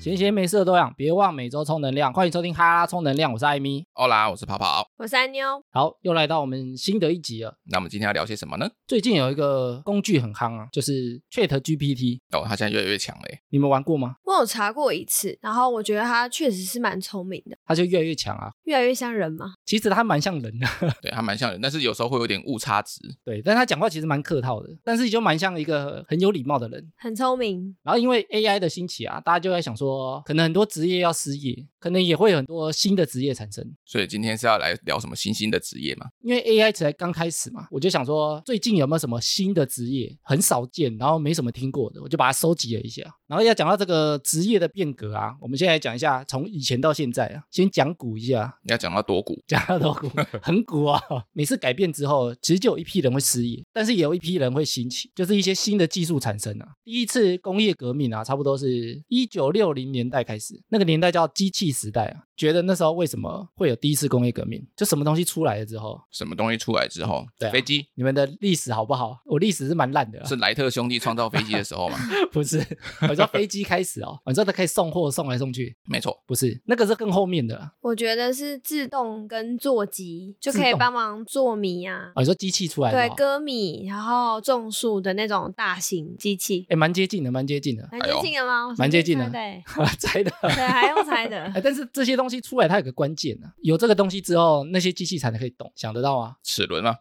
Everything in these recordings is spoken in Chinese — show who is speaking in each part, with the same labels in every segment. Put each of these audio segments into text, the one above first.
Speaker 1: 闲闲没事的多养，别忘每周充能量。欢迎收听哈拉充能量，我是艾米。
Speaker 2: 欧啦，我是跑跑。
Speaker 3: 我是安妞，
Speaker 1: 好，又来到我们新的一集了。
Speaker 2: 那我们今天要聊些什么呢？
Speaker 1: 最近有一个工具很夯啊，就是 Chat GPT，
Speaker 2: 哦，它现在越来越强 嘞。
Speaker 1: 你们玩过吗？
Speaker 3: 我有查过一次，然后我觉得他确实是蛮聪明的，
Speaker 1: 它就越来越强啊。
Speaker 3: 越来越像人嘛。
Speaker 1: 其实它蛮像人的，
Speaker 2: 对，它蛮像人，但是有时候会有点误差值。
Speaker 1: 对，但它讲话其实蛮客套的，但是就蛮像一个很有礼貌的人。
Speaker 3: 很聪明，
Speaker 1: 然后因为 AI 的兴起啊，大家就在想说，可能很多职业要失业，可能也会有很多新的职业产生。
Speaker 2: 所以今天是要来聊什么新兴的职业嘛？
Speaker 1: 因为 AI 才刚开始嘛，我就想说最近有没有什么新的职业很少见，然后没什么听过的，我就把它收集了一下。然后要讲到这个职业的变革啊，我们现在讲一下从以前到现在啊，先讲古一下，
Speaker 2: 要讲到多股，
Speaker 1: 讲到头骨很古啊。每次改变之后，其实就有一批人会失业，但是也有一批人会兴起，就是一些新的技术产生啊。第一次工业革命啊，差不多是一九六零年代开始，那个年代叫机器时代啊。觉得那时候为什么会有第一次工业革命？就什么东西出来了之后，
Speaker 2: 什么东西出来之后，
Speaker 1: 对啊
Speaker 2: 飞机
Speaker 1: 你们的历史好不好？我历史是蛮烂的、啊，
Speaker 2: 是莱特兄弟创造飞机的时候 嘛？
Speaker 1: 不是？我说飞机开始哦，你说它可以送货送来送去，
Speaker 2: 没错，
Speaker 1: 不是那个是更后面的啊。
Speaker 3: 我觉得是自动跟做机就可
Speaker 1: 自
Speaker 3: 以
Speaker 1: 动
Speaker 3: 帮忙做米啊，
Speaker 1: 哦你说机器出来
Speaker 3: 对
Speaker 1: 的、，哦，
Speaker 3: 割米，然后种树的那种大型机器，
Speaker 1: 哎，蛮接近的，蛮接近的，
Speaker 3: 蛮接近的吗？我
Speaker 1: 哎蛮接近的
Speaker 3: 随便猜
Speaker 1: 猜的。
Speaker 3: 对，对，还用 猜的？
Speaker 1: 哎但是这些东西出来，它有个关键啊，有这个东西之后，那些机器才能可以动，想得到啊。
Speaker 2: 齿轮啊，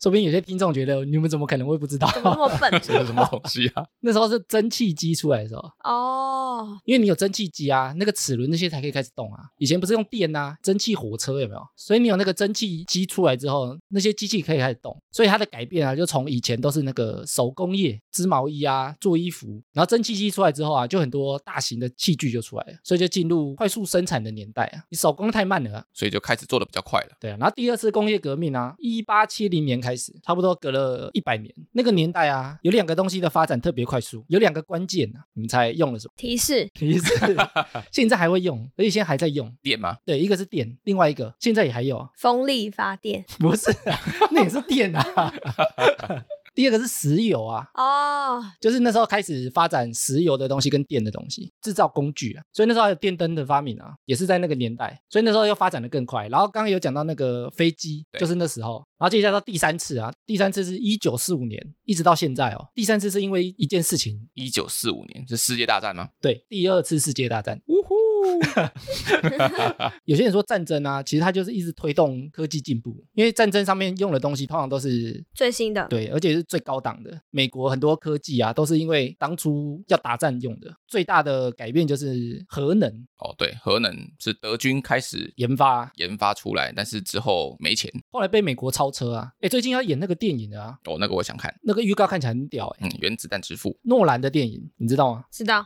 Speaker 1: 说不定有些听众觉得你们怎么可能会不知道？
Speaker 3: 怎么那么笨？
Speaker 2: 这是什么 东西啊？
Speaker 1: 那时候是蒸汽机出来的时候，
Speaker 3: 哦，
Speaker 1: 因为你有蒸汽机啊，那个齿轮那些才可以开始动啊。以前不是用电啊，蒸汽火车有没有？所以你有那个蒸汽机出来之后，那些机器可以开始动。所以它的改变啊，就从以前都是那个手工业、织毛衣啊、做衣服，然后蒸汽机出来之后啊，就很多大型的器具就出来了，所以就进入快速生产的年代啊。你手工太慢了、啊，
Speaker 2: 所以就开始做的比较快了。
Speaker 1: 对啊，然后第二次工业革命啊，一八七零年开始，差不多隔了一百年。那个年代啊，有两个东西的发展特别快速，有两个关键啊，你们猜用了什么？
Speaker 3: 提示
Speaker 1: 提示，现在还会用，而且现在还在用。
Speaker 2: 电吗？
Speaker 1: 对，一个是电，另外一个现在也还有啊，
Speaker 3: 风力发电
Speaker 1: 不是、啊，那也是电啊。第二个是石油啊，
Speaker 3: 哦，
Speaker 1: 就是那时候开始发展石油的东西跟电的东西，制造工具啊，所以那时候还有电灯的发明啊，也是在那个年代，所以那时候又发展的更快。然后刚刚有讲到那个飞机，
Speaker 2: 对
Speaker 1: 就是那时候，然后接下来到第三次啊，第三次是一九四五年，一直到现在哦，第三次是因为一件事情，
Speaker 2: 一九四五年是世界大战吗？
Speaker 1: 对，第二次世界大战。呜呼！ 有些人说战争啊，其实它就是一直推动科技进步，因为战争上面用的东西通常都是
Speaker 3: 最新的
Speaker 1: 对，而且是最高档的。美国很多科技啊，都是因为当初要打仗用的。最大的改变就是核能
Speaker 2: 哦，对，核能是德军开始
Speaker 1: 研发，
Speaker 2: 研发出来，但是之后没钱。
Speaker 1: 后来被美国超车啊。哎，最近要演那个电影了啊，
Speaker 2: 哦，那个我想看，
Speaker 1: 那个预告看起来很屌哎、
Speaker 2: 嗯，原子弹之父，
Speaker 1: 诺兰的电影，你知道吗？
Speaker 3: 知道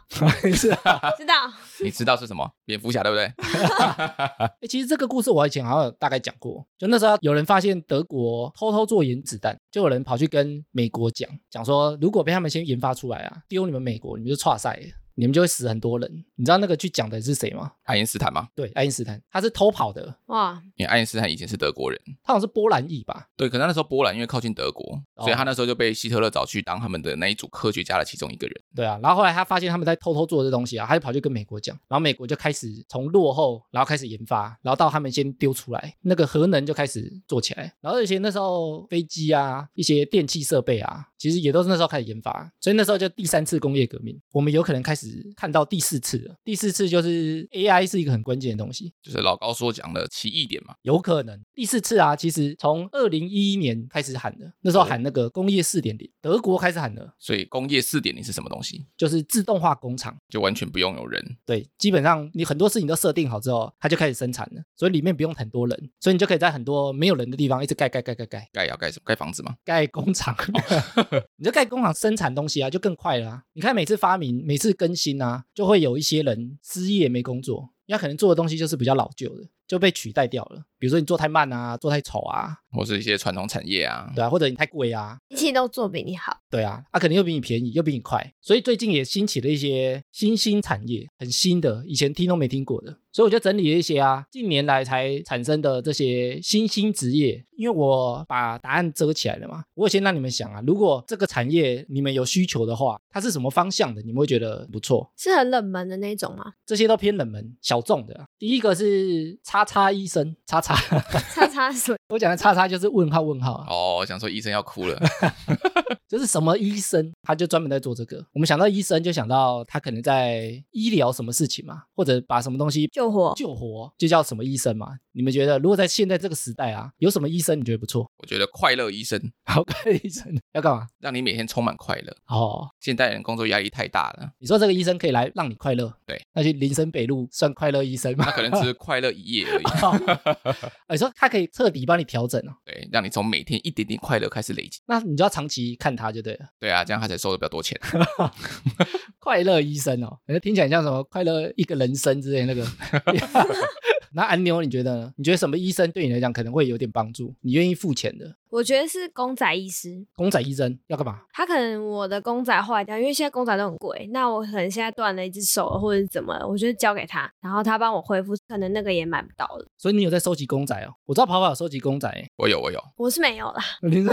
Speaker 1: 是啊，
Speaker 3: 知道，
Speaker 2: 你知道是什么？蝙蝠侠对不对？
Speaker 1: 哎，其实这个故事我以前好像有大概讲过，就那时候有人发现德国偷偷做原子弹，就有人跑去跟美国讲，讲说如果被他们先研发出来啊，丢你们美国，你们就岔赛了，你们就会死很多人。你知道那个去讲的是谁吗？
Speaker 2: 爱因斯坦吗？
Speaker 1: 对，爱因斯坦，他是偷跑的，
Speaker 3: 哇，
Speaker 2: 因为爱因斯坦以前是德国人，
Speaker 1: 他好像是波兰裔吧？
Speaker 2: 对，可能那时候波兰因为靠近德国，
Speaker 1: 哦
Speaker 2: 所以他那时候就被希特勒找去当他们的那一组科学家的其中一个人。
Speaker 1: 对啊，然后后来他发现他们在偷偷做这东西啊，他就跑去跟美国讲，然后美国就开始从落后，然后开始研发，然后到他们先丢出来，那个核能就开始做起来，然后而且那时候飞机啊，一些电器设备啊，其实也都是那时候开始研发，所以那时候就第三次工业革命，我们有可能开始看到第四次了。第四次就是 AI 是一个很关键的东西，
Speaker 2: 就是老高所讲的奇异点嘛，
Speaker 1: 有可能第四次啊，其实从二零一一年开始喊的，那时候喊那个工业四点零，德国开始喊的，
Speaker 2: 所以工业四点零是什么东西？
Speaker 1: 就是自动化工厂。
Speaker 2: 就完全不用有人，
Speaker 1: 对，基本上你很多事情都设定好之后，它就开始生产了，所以里面不用很多人，所以你就可以在很多没有人的地方一直盖盖盖盖盖
Speaker 2: 盖要盖什么？盖房子吗？
Speaker 1: 盖工厂， 你就盖工厂生产东西啊，就更快了啊、你看每次发明、每次更新啊，就会有一些人失业没工作，因为他可能做的东西就是比较老旧的，就被取代掉了。比如说你做太慢啊，做太丑啊，
Speaker 2: 或是一些传统产业啊，
Speaker 1: 对啊，或者你太贵啊，
Speaker 3: 机器都做比你好，
Speaker 1: 对啊，啊，可能又比你便宜，又比你快，所以最近也兴起了一些新兴产业，很新的，以前听都没听过的。所以我就整理了一些啊，近年来才产生的这些新兴职业。因为我把答案遮起来了嘛，我先让你们想啊，如果这个产业你们有需求的话，它是什么方向的，你们会觉得不错。
Speaker 3: 是很冷门的那 种吗？
Speaker 1: 这些都偏冷门、小众的啊。第一个是叉叉医生，叉 叉，
Speaker 3: 叉叉水，
Speaker 1: 我讲的叉叉就是问号问号啊。
Speaker 2: 哦，我想说医生要哭了，
Speaker 1: 就是什么医生，他就专门在做这个。我们想到医生，就想到他可能在医疗什么事情嘛，或者把什么东西
Speaker 3: 救火
Speaker 1: 救活，就叫什么医生嘛。你们觉得，如果在现在这个时代啊，有什么医生你觉得不错？
Speaker 2: 我觉得快乐医生
Speaker 1: 好看医生要干嘛？
Speaker 2: 让你每天充满快乐。
Speaker 1: 哦，
Speaker 2: 现代人工作压力太大了，
Speaker 1: 你说这个医生可以来让你快乐，
Speaker 2: 对，啊
Speaker 1: 那去林森北路算快乐医生吗哦
Speaker 2: 他？可能只是快乐一夜而已。
Speaker 1: 你说他可以彻底帮你调整哦，
Speaker 2: 对，让你从每天一点点快乐开始累积。
Speaker 1: 那你就要长期看他就对了。
Speaker 2: 对啊，这样他才收的比较多钱。
Speaker 1: 快乐医生哦，感觉听起来像什么快乐一个 人生之类的那个。那安妞，你觉得呢？你觉得什么医生对你来讲可能会有点帮助？你愿意付钱的
Speaker 3: 我觉得是公仔医师。
Speaker 1: 公仔医生要干嘛？
Speaker 3: 他可能我的公仔坏掉，因为现在公仔都很贵。那我可能现在断了一只手了或者是怎么了，我就交给他，然后他帮我恢复。可能那个也买不到了，
Speaker 1: 所以你有在收集公仔哦？我知道跑跑有收集公仔欸，
Speaker 2: 我有，我有。
Speaker 3: 我是没有啦。
Speaker 1: 林正，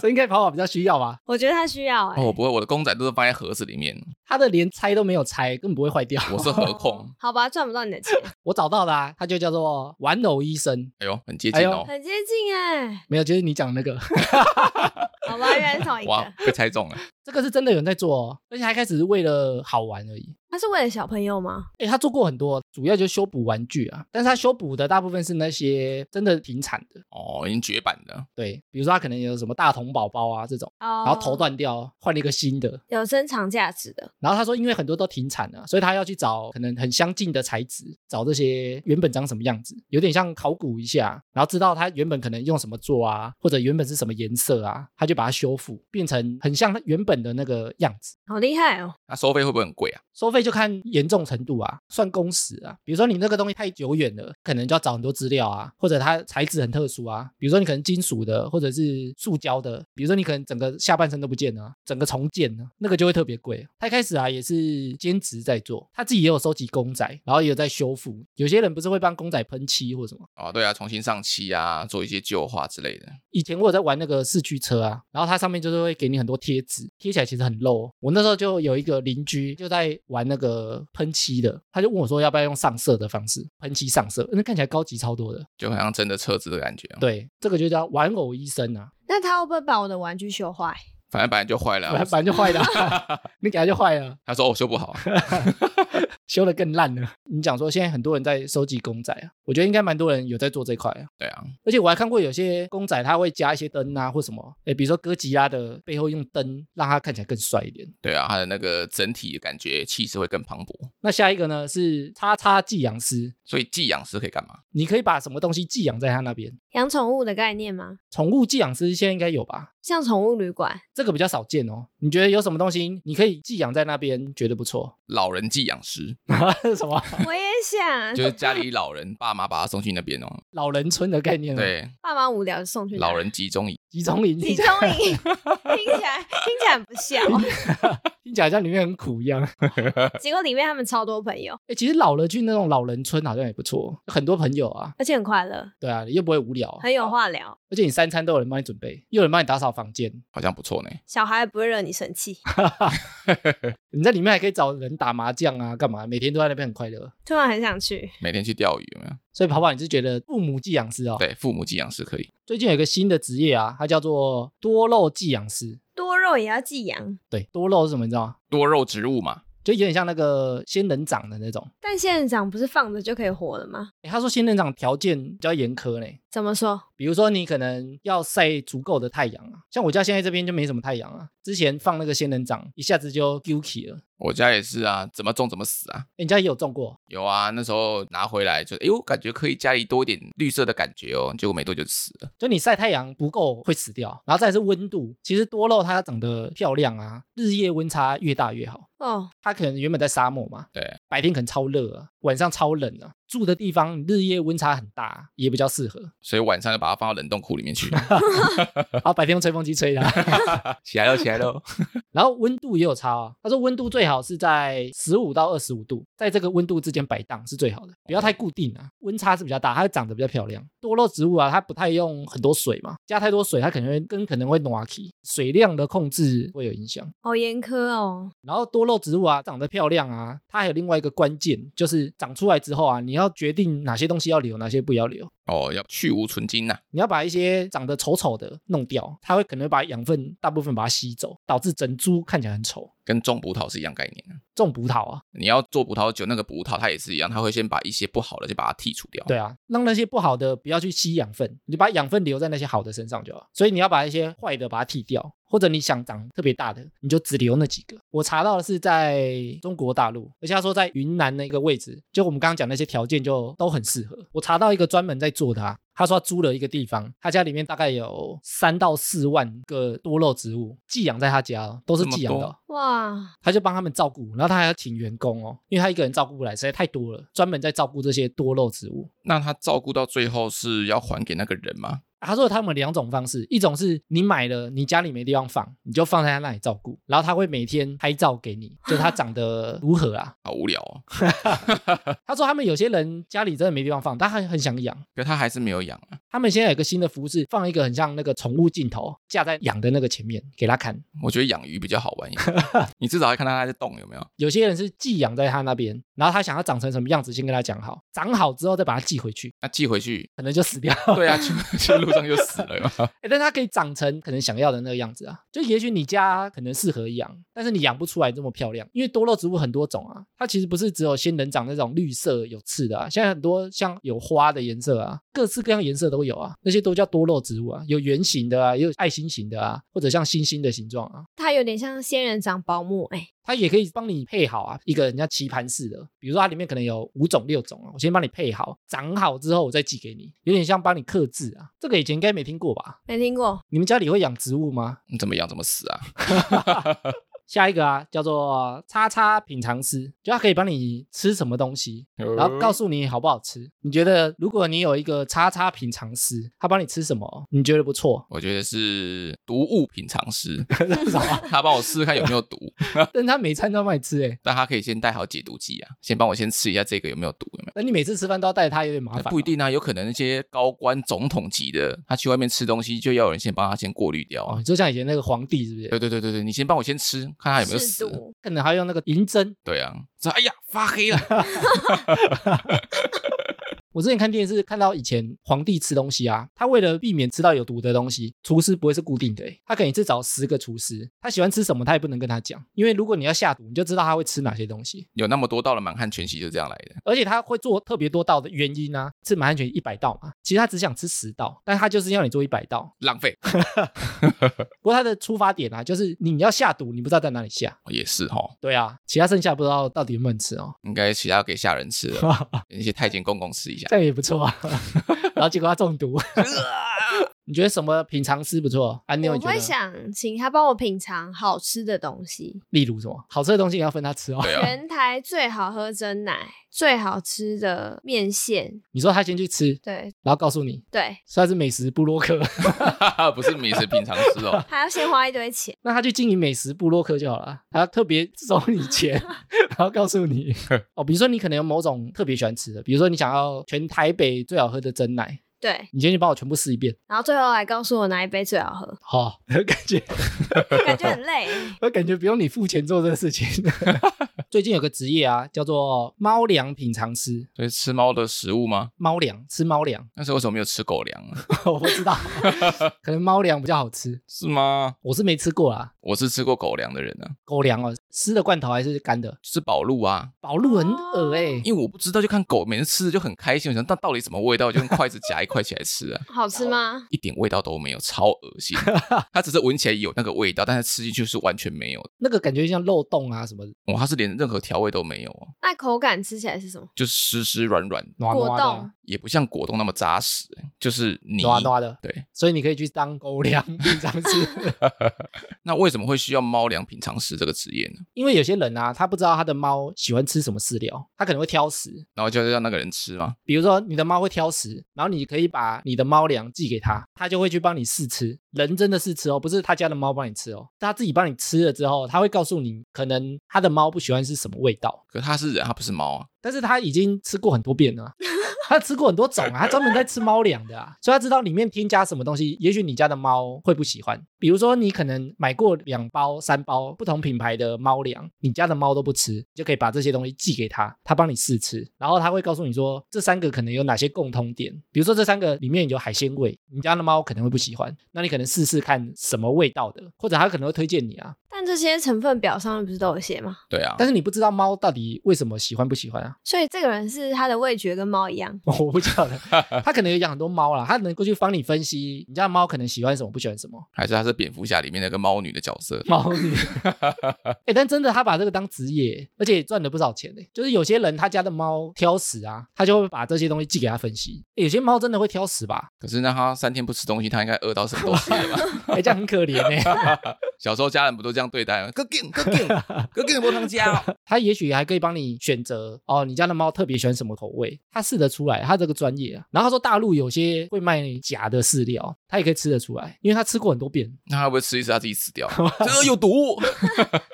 Speaker 1: 这应该跑跑比较需要吧？
Speaker 3: 我觉得他需要、欸，
Speaker 2: 哦，不会，我的公仔都是放在盒子里面。
Speaker 1: 他的连拆都没有拆，根本不会坏掉。
Speaker 2: 我 是盒控。
Speaker 3: 好吧，赚不到 你的钱，
Speaker 1: 我找到的啊，他就叫做玩偶医生，
Speaker 2: 哎呦，很接近哦。
Speaker 3: 很接近哎、
Speaker 1: 没有，就是你讲的那个，
Speaker 3: 好吧，原来是同一
Speaker 2: 哇哦
Speaker 3: 个。，
Speaker 2: 被猜中了。
Speaker 1: 这个是真的有人在做哦，而且还开始是为了好玩而已。
Speaker 3: 他是为了小朋友吗？
Speaker 1: 哎、他做过很多，主要就是修补玩具啊，但是他修补的大部分是那些真的停产的，
Speaker 2: 哦，已经绝版了。
Speaker 1: 对，比如说他可能有什么大童宝宝啊这种，
Speaker 3: 哦
Speaker 1: 然后头断掉，换了一个新的。
Speaker 3: 有珍藏价值的，
Speaker 1: 然后他说，因为很多都停产了，所以他要去找可能很相近的材质，找这些原本长什么样子，有点像考古一下，然后知道它原本可能用什么做啊，或者原本是什么颜色啊，他就把它修复，变成很像它原本的那个样子。
Speaker 3: 好厉害哦！
Speaker 2: 那收费会不会很贵啊？
Speaker 1: 收费就看严重程度啊，算工时啊。比如说你那个东西太久远了，可能就要找很多资料啊，或者它材质很特殊啊。比如说你可能金属的，或者是塑胶的，比如说你可能整个下半身都不见了啊，整个重建呢、那个就会特别贵。他一开始啊也是兼职在做，他自己也有收集公仔，然后也有在修复。有些人不是会帮公仔喷漆或什么。
Speaker 2: 哦，对啊，重新上漆啊，做一些旧化之类的。
Speaker 1: 以前我有在玩那个四驱车啊，然后它上面就是会给你很多贴纸，贴起来其实很露。哦我那时候就有一个邻居就在玩那个喷漆的，他就问我说要不要用上色的方式喷漆上色，那看起来高级超多的。
Speaker 2: 就好像真的车子的感觉。，
Speaker 1: 对，这个就叫玩偶医生啊，
Speaker 3: 那他会不会把我的玩具修坏？
Speaker 2: 反 正本来就坏了啊、
Speaker 1: 反正反正就坏了啊、你给他就坏了，
Speaker 2: 他说我、哦修不好，啊
Speaker 1: 修的更烂了。你讲说现在很多人在收集公仔啊，我觉得应该蛮多人有在做这块啊。
Speaker 2: 对啊，
Speaker 1: 而且我还看过有些公仔，它会加一些灯啊或什么，诶，比如说哥吉拉的背后用灯让它看起来更帅一点。
Speaker 2: 对啊，他的那个整体感觉气势会更磅礴。
Speaker 1: 那下一个呢是叉叉寄养师，
Speaker 2: 所以寄养师可以干嘛？
Speaker 1: 你可以把什么东西寄养在他那边。
Speaker 3: 养宠物的概念吗？
Speaker 1: 宠物寄养师现在应该有吧？
Speaker 3: 像宠物 旅馆，
Speaker 1: 这个比较少见哦。你觉得有什么东西你可以寄养在那边，觉得不错？
Speaker 2: 老人寄养师
Speaker 1: 什么
Speaker 3: 我也想
Speaker 2: 就。是家里老人爸妈把他送去那边哦，
Speaker 1: 老人村的概念、哦？，
Speaker 2: 对，啊
Speaker 3: 爸妈无聊就送去哪
Speaker 2: 老人集中营。
Speaker 1: 集中营，
Speaker 3: 集中营，听起来听起来很不像哦，
Speaker 1: 听起来像里面很苦一样。
Speaker 3: 结果里面他们超多朋友，
Speaker 1: 哎，其实老了去那种老人村好像也不错，很多朋友啊。
Speaker 3: 而且很快乐，
Speaker 1: 对啊，你又不会无聊，
Speaker 3: 很有话聊。
Speaker 1: 而且你三餐都有人帮你准备，又有人帮你打扫房间，
Speaker 2: 好像不错呢，
Speaker 3: 小孩不会惹你生 气。
Speaker 1: 你在里面还可以找人打麻将啊，干嘛？每天都在那边很快乐。
Speaker 3: 突然很想去，
Speaker 2: 每天去钓鱼有没有？
Speaker 1: 所以跑跑，你是觉得父母寄养师哦？，
Speaker 2: 对，父母寄养师可以，
Speaker 1: 最近有一个新的职业啊，它叫做多肉寄养师。
Speaker 3: 多肉也要寄养，
Speaker 1: 对，多肉是什么？你知道吗？
Speaker 2: 多肉植物嘛，
Speaker 1: 就有点像那个仙人掌的那种。
Speaker 3: 但仙人掌不是放着就可以活了吗？
Speaker 1: 诶他说仙人掌条件比较严苛呢，
Speaker 3: 怎么说？
Speaker 1: 比如说你可能要晒足够的太阳啊，像我家现在这边就没什么太阳啊。之前放那个仙人掌，一下子就丢弃了。
Speaker 2: 我家也是啊，怎么种怎么死啊。
Speaker 1: 诶你家也有种过？
Speaker 2: 有啊，那时候拿回来就，哎呦，感觉可以家里多一点绿色的感觉哦，结果没多久就死了。
Speaker 1: 就你晒太阳不够会死掉，然后再来是温度。其实多肉它长得漂亮啊，日夜温差越大越好。
Speaker 3: 哦，
Speaker 1: 它可能原本在沙漠嘛，
Speaker 2: 对，
Speaker 1: 白天可能超热啊。晚上超冷啊，住的地方日夜温差很大，也比较适合。
Speaker 2: 所以晚上就把它放到冷冻库里面去。
Speaker 1: 然后白天用吹风机吹的啊、
Speaker 2: 起来喽，起来喽！
Speaker 1: 然后温度也有差啊。他说温度最好是在十五到二十五度，在这个温度之间摆荡是最好的，不要太固定啊。温差是比较大，它会长得比较漂亮。多肉植物啊，它不太用很多水嘛，加太多水它可能会根可能会暖起，水量的控制会有影响。
Speaker 3: 好严苛哦。
Speaker 1: 然后多肉植物啊，长得漂亮啊，它还有另外一个关键，就是长出来之后啊，你要决定哪些东西要留，哪些不要留。
Speaker 2: 哦，要去无存精呐、
Speaker 1: 你要把一些长得丑丑的弄掉，它会可能会把养分大部分把它吸走，导致整株看起来很丑。
Speaker 2: 跟种葡萄是一样概念的。
Speaker 1: 种葡萄啊，
Speaker 2: 你要做葡萄酒，那个葡萄它也是一样，它会先把一些不好的就把它剔除掉。
Speaker 1: 对啊，让那些不好的不要去吸养分，你把养分留在那些好的身上就好。所以你要把一些坏的把它剃掉，或者你想长特别大的，你就只留那几个。我查到的是在中国大陆，而且他说在云南那个位置，就我们刚刚讲那些条件就都很适合。我查到一个专门在做的啊。他说他租了一个地方，他家里面大概有三到四万个多肉植物寄养在他家哦，都是
Speaker 2: 这么
Speaker 1: 寄养的
Speaker 2: 多
Speaker 1: 哦，
Speaker 3: 哇，
Speaker 1: 他就帮他们照顾，然后他还要请员工哦，因为他一个人照顾不来，实在太多了，专门在照顾这些多肉植物。
Speaker 2: 那它照顾到最后是要还给那个人吗？
Speaker 1: 他说他们有两种方式，一种是你买了，你家里没地方放，你就放在他那里照顾，然后他会每天拍照给你，就它长得如何啊？
Speaker 2: 好无聊哦。
Speaker 1: 他说他们有些人家里真的没地方放，但他很想养。
Speaker 2: 可它还是没有养啊。
Speaker 1: 他们现在有个新的服饰，放一个很像那个宠物镜头，架在养的那个前面给他看。
Speaker 2: 我觉得养鱼比较好玩一点， 你至少还看到它在动有没有？
Speaker 1: 有些人是寄养在他那边，然后他想要长成什么样子，先跟他讲好，长好之后再把它寄回去，
Speaker 2: 那寄回去，
Speaker 1: 可能就死掉。
Speaker 2: 对啊，去去路上就死了有没有。
Speaker 1: 欸，但它可以长成可能想要的那个样子啊。就也许你家可能适合养，但是你养不出来这么漂亮，因为多肉植物很多种啊。它其实不是只有仙人掌那种绿色有刺的啊，现在很多像有花的颜色啊，各式各样颜色都有啊，那些都叫多肉植物啊，有圆形的啊，也有爱心形的啊，或者像星星的形状啊。
Speaker 3: 它有点像仙人掌保姆哎、
Speaker 1: 它也可以帮你配好啊，一个人家棋盘式的，比如说它里面可能有五种六种啊，我先帮你配好，长好之后我再寄给你，有点像帮你克制啊。这个以前应该没听过吧？
Speaker 3: 没听过。
Speaker 1: 你们家里会养植物吗？
Speaker 2: 你怎么养怎么死啊？？
Speaker 1: 下一个啊，叫做叉叉品尝师，就它可以帮你吃什么东西， 然后告诉你好不好吃。你觉得如果你有一个叉叉品尝师，他帮你吃什么，你觉得不错
Speaker 2: 我觉得是毒物品尝师，
Speaker 1: 是什么？
Speaker 2: 他帮我试试看有没有毒，
Speaker 1: 但他每餐都帮你吃、欸，哎，
Speaker 2: 但他可以先带好解毒剂啊，先帮我先吃一下这个有没有毒，有没有？
Speaker 1: 那你每次吃饭都要带他，有点麻烦、哦
Speaker 2: 不一。定啊，有可能那些高官、总统级的，他去外面吃东西，就要有人先帮他先过滤掉
Speaker 1: 哦
Speaker 2: 啊，。
Speaker 1: 就像以前那个皇帝是不
Speaker 2: 对
Speaker 1: 是？
Speaker 2: 对对对对，你先帮我先吃，看他有没有
Speaker 3: 试
Speaker 2: 死。
Speaker 3: 毒
Speaker 1: 可能还用那个银针。
Speaker 2: 对啊，这哎呀发黑 了，
Speaker 1: 我之前看电视看到以前皇帝吃东西啊，他为了避免吃到有毒的东西，厨师不会是固定的欸，他可能一次找十个厨师，他喜欢吃什么他也不能跟他讲，因为如果你要下毒，你就知道他会吃哪些东西。
Speaker 2: 有那么多到了满汉全席就这样来的。
Speaker 1: 而且他会做特别多道的原因啊，吃满汉全一百道嘛，其实他只想吃十道，但他就是要你做一百道。
Speaker 2: 浪费
Speaker 1: 不过他的出发点啊，就是你要下毒，你不知道在哪里下。
Speaker 2: 哦也是哈，
Speaker 1: 对啊，其他剩下不知道到底有没有人吃 哦，
Speaker 2: 应该其他给下人吃 了，给那些太监公公吃一下
Speaker 1: 这。样也不错啊。 然后结果他中 毒， 你觉得什么品尝师不错？安妞，
Speaker 3: 我
Speaker 1: 你觉
Speaker 3: 会
Speaker 1: 得？
Speaker 3: 想请他帮我品尝好吃的东西，
Speaker 1: 例如什么好吃的东西也要分他吃哦。
Speaker 2: 对啊，
Speaker 3: 全台最好喝真奶，最好吃的面线，
Speaker 1: 你说他先去吃，
Speaker 3: 对
Speaker 1: 然后告诉你，
Speaker 3: 对，
Speaker 1: 所以他是美食部落客，
Speaker 2: 不是美食品尝师哦，
Speaker 3: 还要先花一堆钱。
Speaker 1: 那他去经营美食部落客就好了，还要特别收你 钱，然后告诉 你哦，比如说你可能有某种特别喜欢吃的，比如说你想要全台北最好喝的真奶，
Speaker 3: 对，
Speaker 1: 你先去帮我全部试一遍，，
Speaker 3: 然后最后来告诉我哪一杯最好喝
Speaker 1: 好、感 觉
Speaker 3: 感觉很累。
Speaker 1: 我感觉不用你付钱做这个事 情。最近有个职业啊，叫做猫粮品尝师，
Speaker 2: 所以吃猫的食物吗？
Speaker 1: 猫粮吃猫粮，
Speaker 2: 那时候为什么没有吃狗粮啊？
Speaker 1: 哦我不知道， 可能猫粮比较好吃，
Speaker 2: 是吗？
Speaker 1: 我是没吃过啦。
Speaker 2: 我是吃过狗粮的人啊，
Speaker 1: 狗粮哦，湿的罐头还是干的？
Speaker 2: 吃宝路啊，
Speaker 1: 宝路很恶哎、
Speaker 3: 哦
Speaker 2: 因为我不知道，就看狗每次吃的就很开心，我想那到底什么味道，就用筷子夹一块起来吃啊，
Speaker 3: 好吃吗？
Speaker 2: 一点味道都没有，超恶 心。它只是闻起来有那个味道，但是吃进去是完全没有的。
Speaker 1: 那个感觉像漏洞啊什么的，
Speaker 2: 哇，它是连任何调味都没有哦，
Speaker 3: 那口感吃起来是什么？
Speaker 2: 就是湿湿软软的。
Speaker 1: 暖暖
Speaker 3: 果
Speaker 1: 的啊
Speaker 3: 冻
Speaker 2: 也不像果冻那么扎实，欸就是泥。
Speaker 1: 挪啊挪啊的，
Speaker 2: 对，
Speaker 1: 所以你可以去当狗粮品尝师，
Speaker 2: 那为什么会需要猫粮品尝师这个职业呢？
Speaker 1: 因为有些人啊，他不知道他的猫喜欢吃什么饲料，他可能会挑食。
Speaker 2: 然后就让那个人吃吗？
Speaker 1: 比如说你的猫会挑食，然后你可以把你的猫粮寄给它，它就会去帮你试吃。人真的试吃哦，不是他家的猫帮你吃哦，它自己帮你吃了之后，它会告诉你可能它的猫不喜欢是什么味道，
Speaker 2: 可他是人，他不是猫啊。
Speaker 1: 但是它已经吃过很多遍了啊，它吃过很多种啊，它专门在吃猫粮的啊，所以它知道里面添加什么东西，也许你家的猫会不喜欢。比如说你可能买过两包、三包不同品牌的猫粮，你家的猫都不吃，你就可以把这些东西寄给它，它帮你试吃，然后它会告诉你说这三个可能有哪些共通点，比如说这三个里面有海鲜味，你家的猫可能会不喜欢，那你可能试试看什么味道的，或者它可能会推荐你啊，
Speaker 3: 但这些成分表上面不是都有写吗？
Speaker 2: 对啊，
Speaker 1: 但是你不知道猫到底为什么喜欢不喜欢啊。
Speaker 3: 所以这个人是他的味觉跟猫一样，
Speaker 1: 我不晓得，他可能有养很多猫啦，他能够去帮你分析你家的猫可能喜欢什么，不喜欢什 么。
Speaker 2: 还是他是蝙蝠侠里面那个猫女的角色。
Speaker 1: 猫女，哎、但真的他把这个当职业，而且赚了不少钱呢、就是有些人他家的猫挑食啊，他就会把这些东西寄给他分析。诶有些猫真的会挑食 吧？
Speaker 2: 可是让他三天不吃东西，他应该饿到什么都 吃了吧？
Speaker 1: 哎、这样很可怜呢、
Speaker 2: 小时候家人不都这样对待吗？哥进哥进哥进无汤加哦。
Speaker 1: 他也许还可以帮你选择哦，你家的猫特别喜欢什么口味，他试得出来，他这个专业啊。然后他说大陆有些会卖假的饲料，他也可以吃得出来，因为他吃过很多遍。
Speaker 2: 那他会不会吃一吃他自己死掉？这个有毒！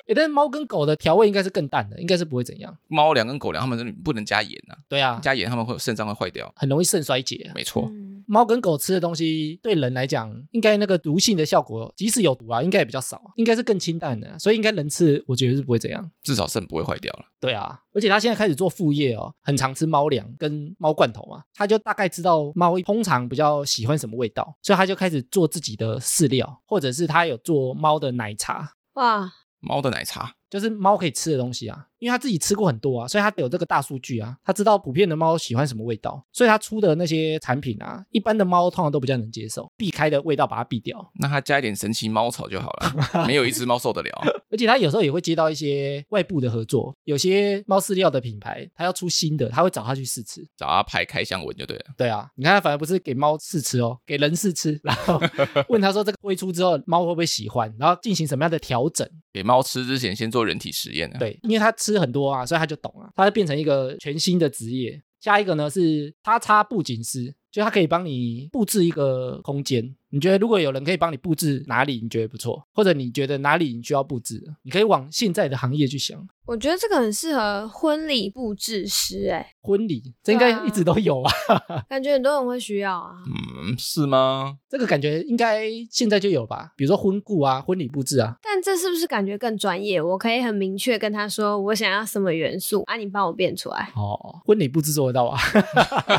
Speaker 1: 哎、但是猫跟狗的调味应该是更淡的，应该是不会怎样。
Speaker 2: 猫粮跟狗粮，他们这里不能加盐呐、
Speaker 1: 对啊，
Speaker 2: 加盐他们会有肾脏会坏掉。
Speaker 1: 很容易肾衰竭啊、
Speaker 2: 没错，
Speaker 3: 嗯
Speaker 1: 猫跟狗吃的东西对人来讲，应该那个毒性的效果，即使有毒啊，应该也比较少，应该是更清淡的啊、所以应该人吃，我觉得是不会怎样。
Speaker 2: 至少肾不会坏掉了。
Speaker 1: 对啊，而且他现在开始做副业哦，很常吃猫粮跟猫罐头嘛，他就大概知道猫通常比较喜欢什么味道，所以他就开始做自己的饲料，或者是他有做猫的奶茶，
Speaker 3: 哇，
Speaker 2: 猫的奶茶，
Speaker 1: 就是猫可以吃的东西啊，因为他自己吃过很多啊，所以他有这个大数据啊，他知道普遍的猫喜欢什么味道，所以他出的那些产品啊，一般的猫通常都比较能接受，避开的味道把它避掉。
Speaker 2: 那他加一点神奇猫草就好了，没有一只猫受得了。
Speaker 1: 而且他有时候也会接到一些外部的合作，有些猫饲料的品牌，他要出新的，他会找他去试吃。
Speaker 2: 找他拍开箱文就对了。
Speaker 1: 对啊，你看他反而不是给猫试吃哦，给人试吃，然后 问他说这个推出之后猫会不会喜欢，然后进行什么样的调整。
Speaker 2: 给猫吃之前先做人体实验啊。，
Speaker 1: 对，因为他吃很多啊，所以他就懂啊，他会变成一个全新的职业。下一个呢是叉叉布景师，就他可以帮你布置一个空间。你觉得如果有人可以帮你布置哪里，你觉得不错，或者你觉得哪里你需要布置，你可以往现在的行业去想。
Speaker 3: 我觉得这个很适合婚礼布置师、欸，
Speaker 1: 婚礼这应该一直都有啊，
Speaker 3: 哎，感觉很多人会需要啊。
Speaker 2: 嗯，是吗？
Speaker 1: 这个感觉应该现在就有吧，比如说婚顾啊、婚礼布置啊，
Speaker 3: 但这是不是感觉更专业？我可以很明确跟他说，我想要什么元素啊，你帮我变出来。
Speaker 1: 哦，婚礼布置做得到啊，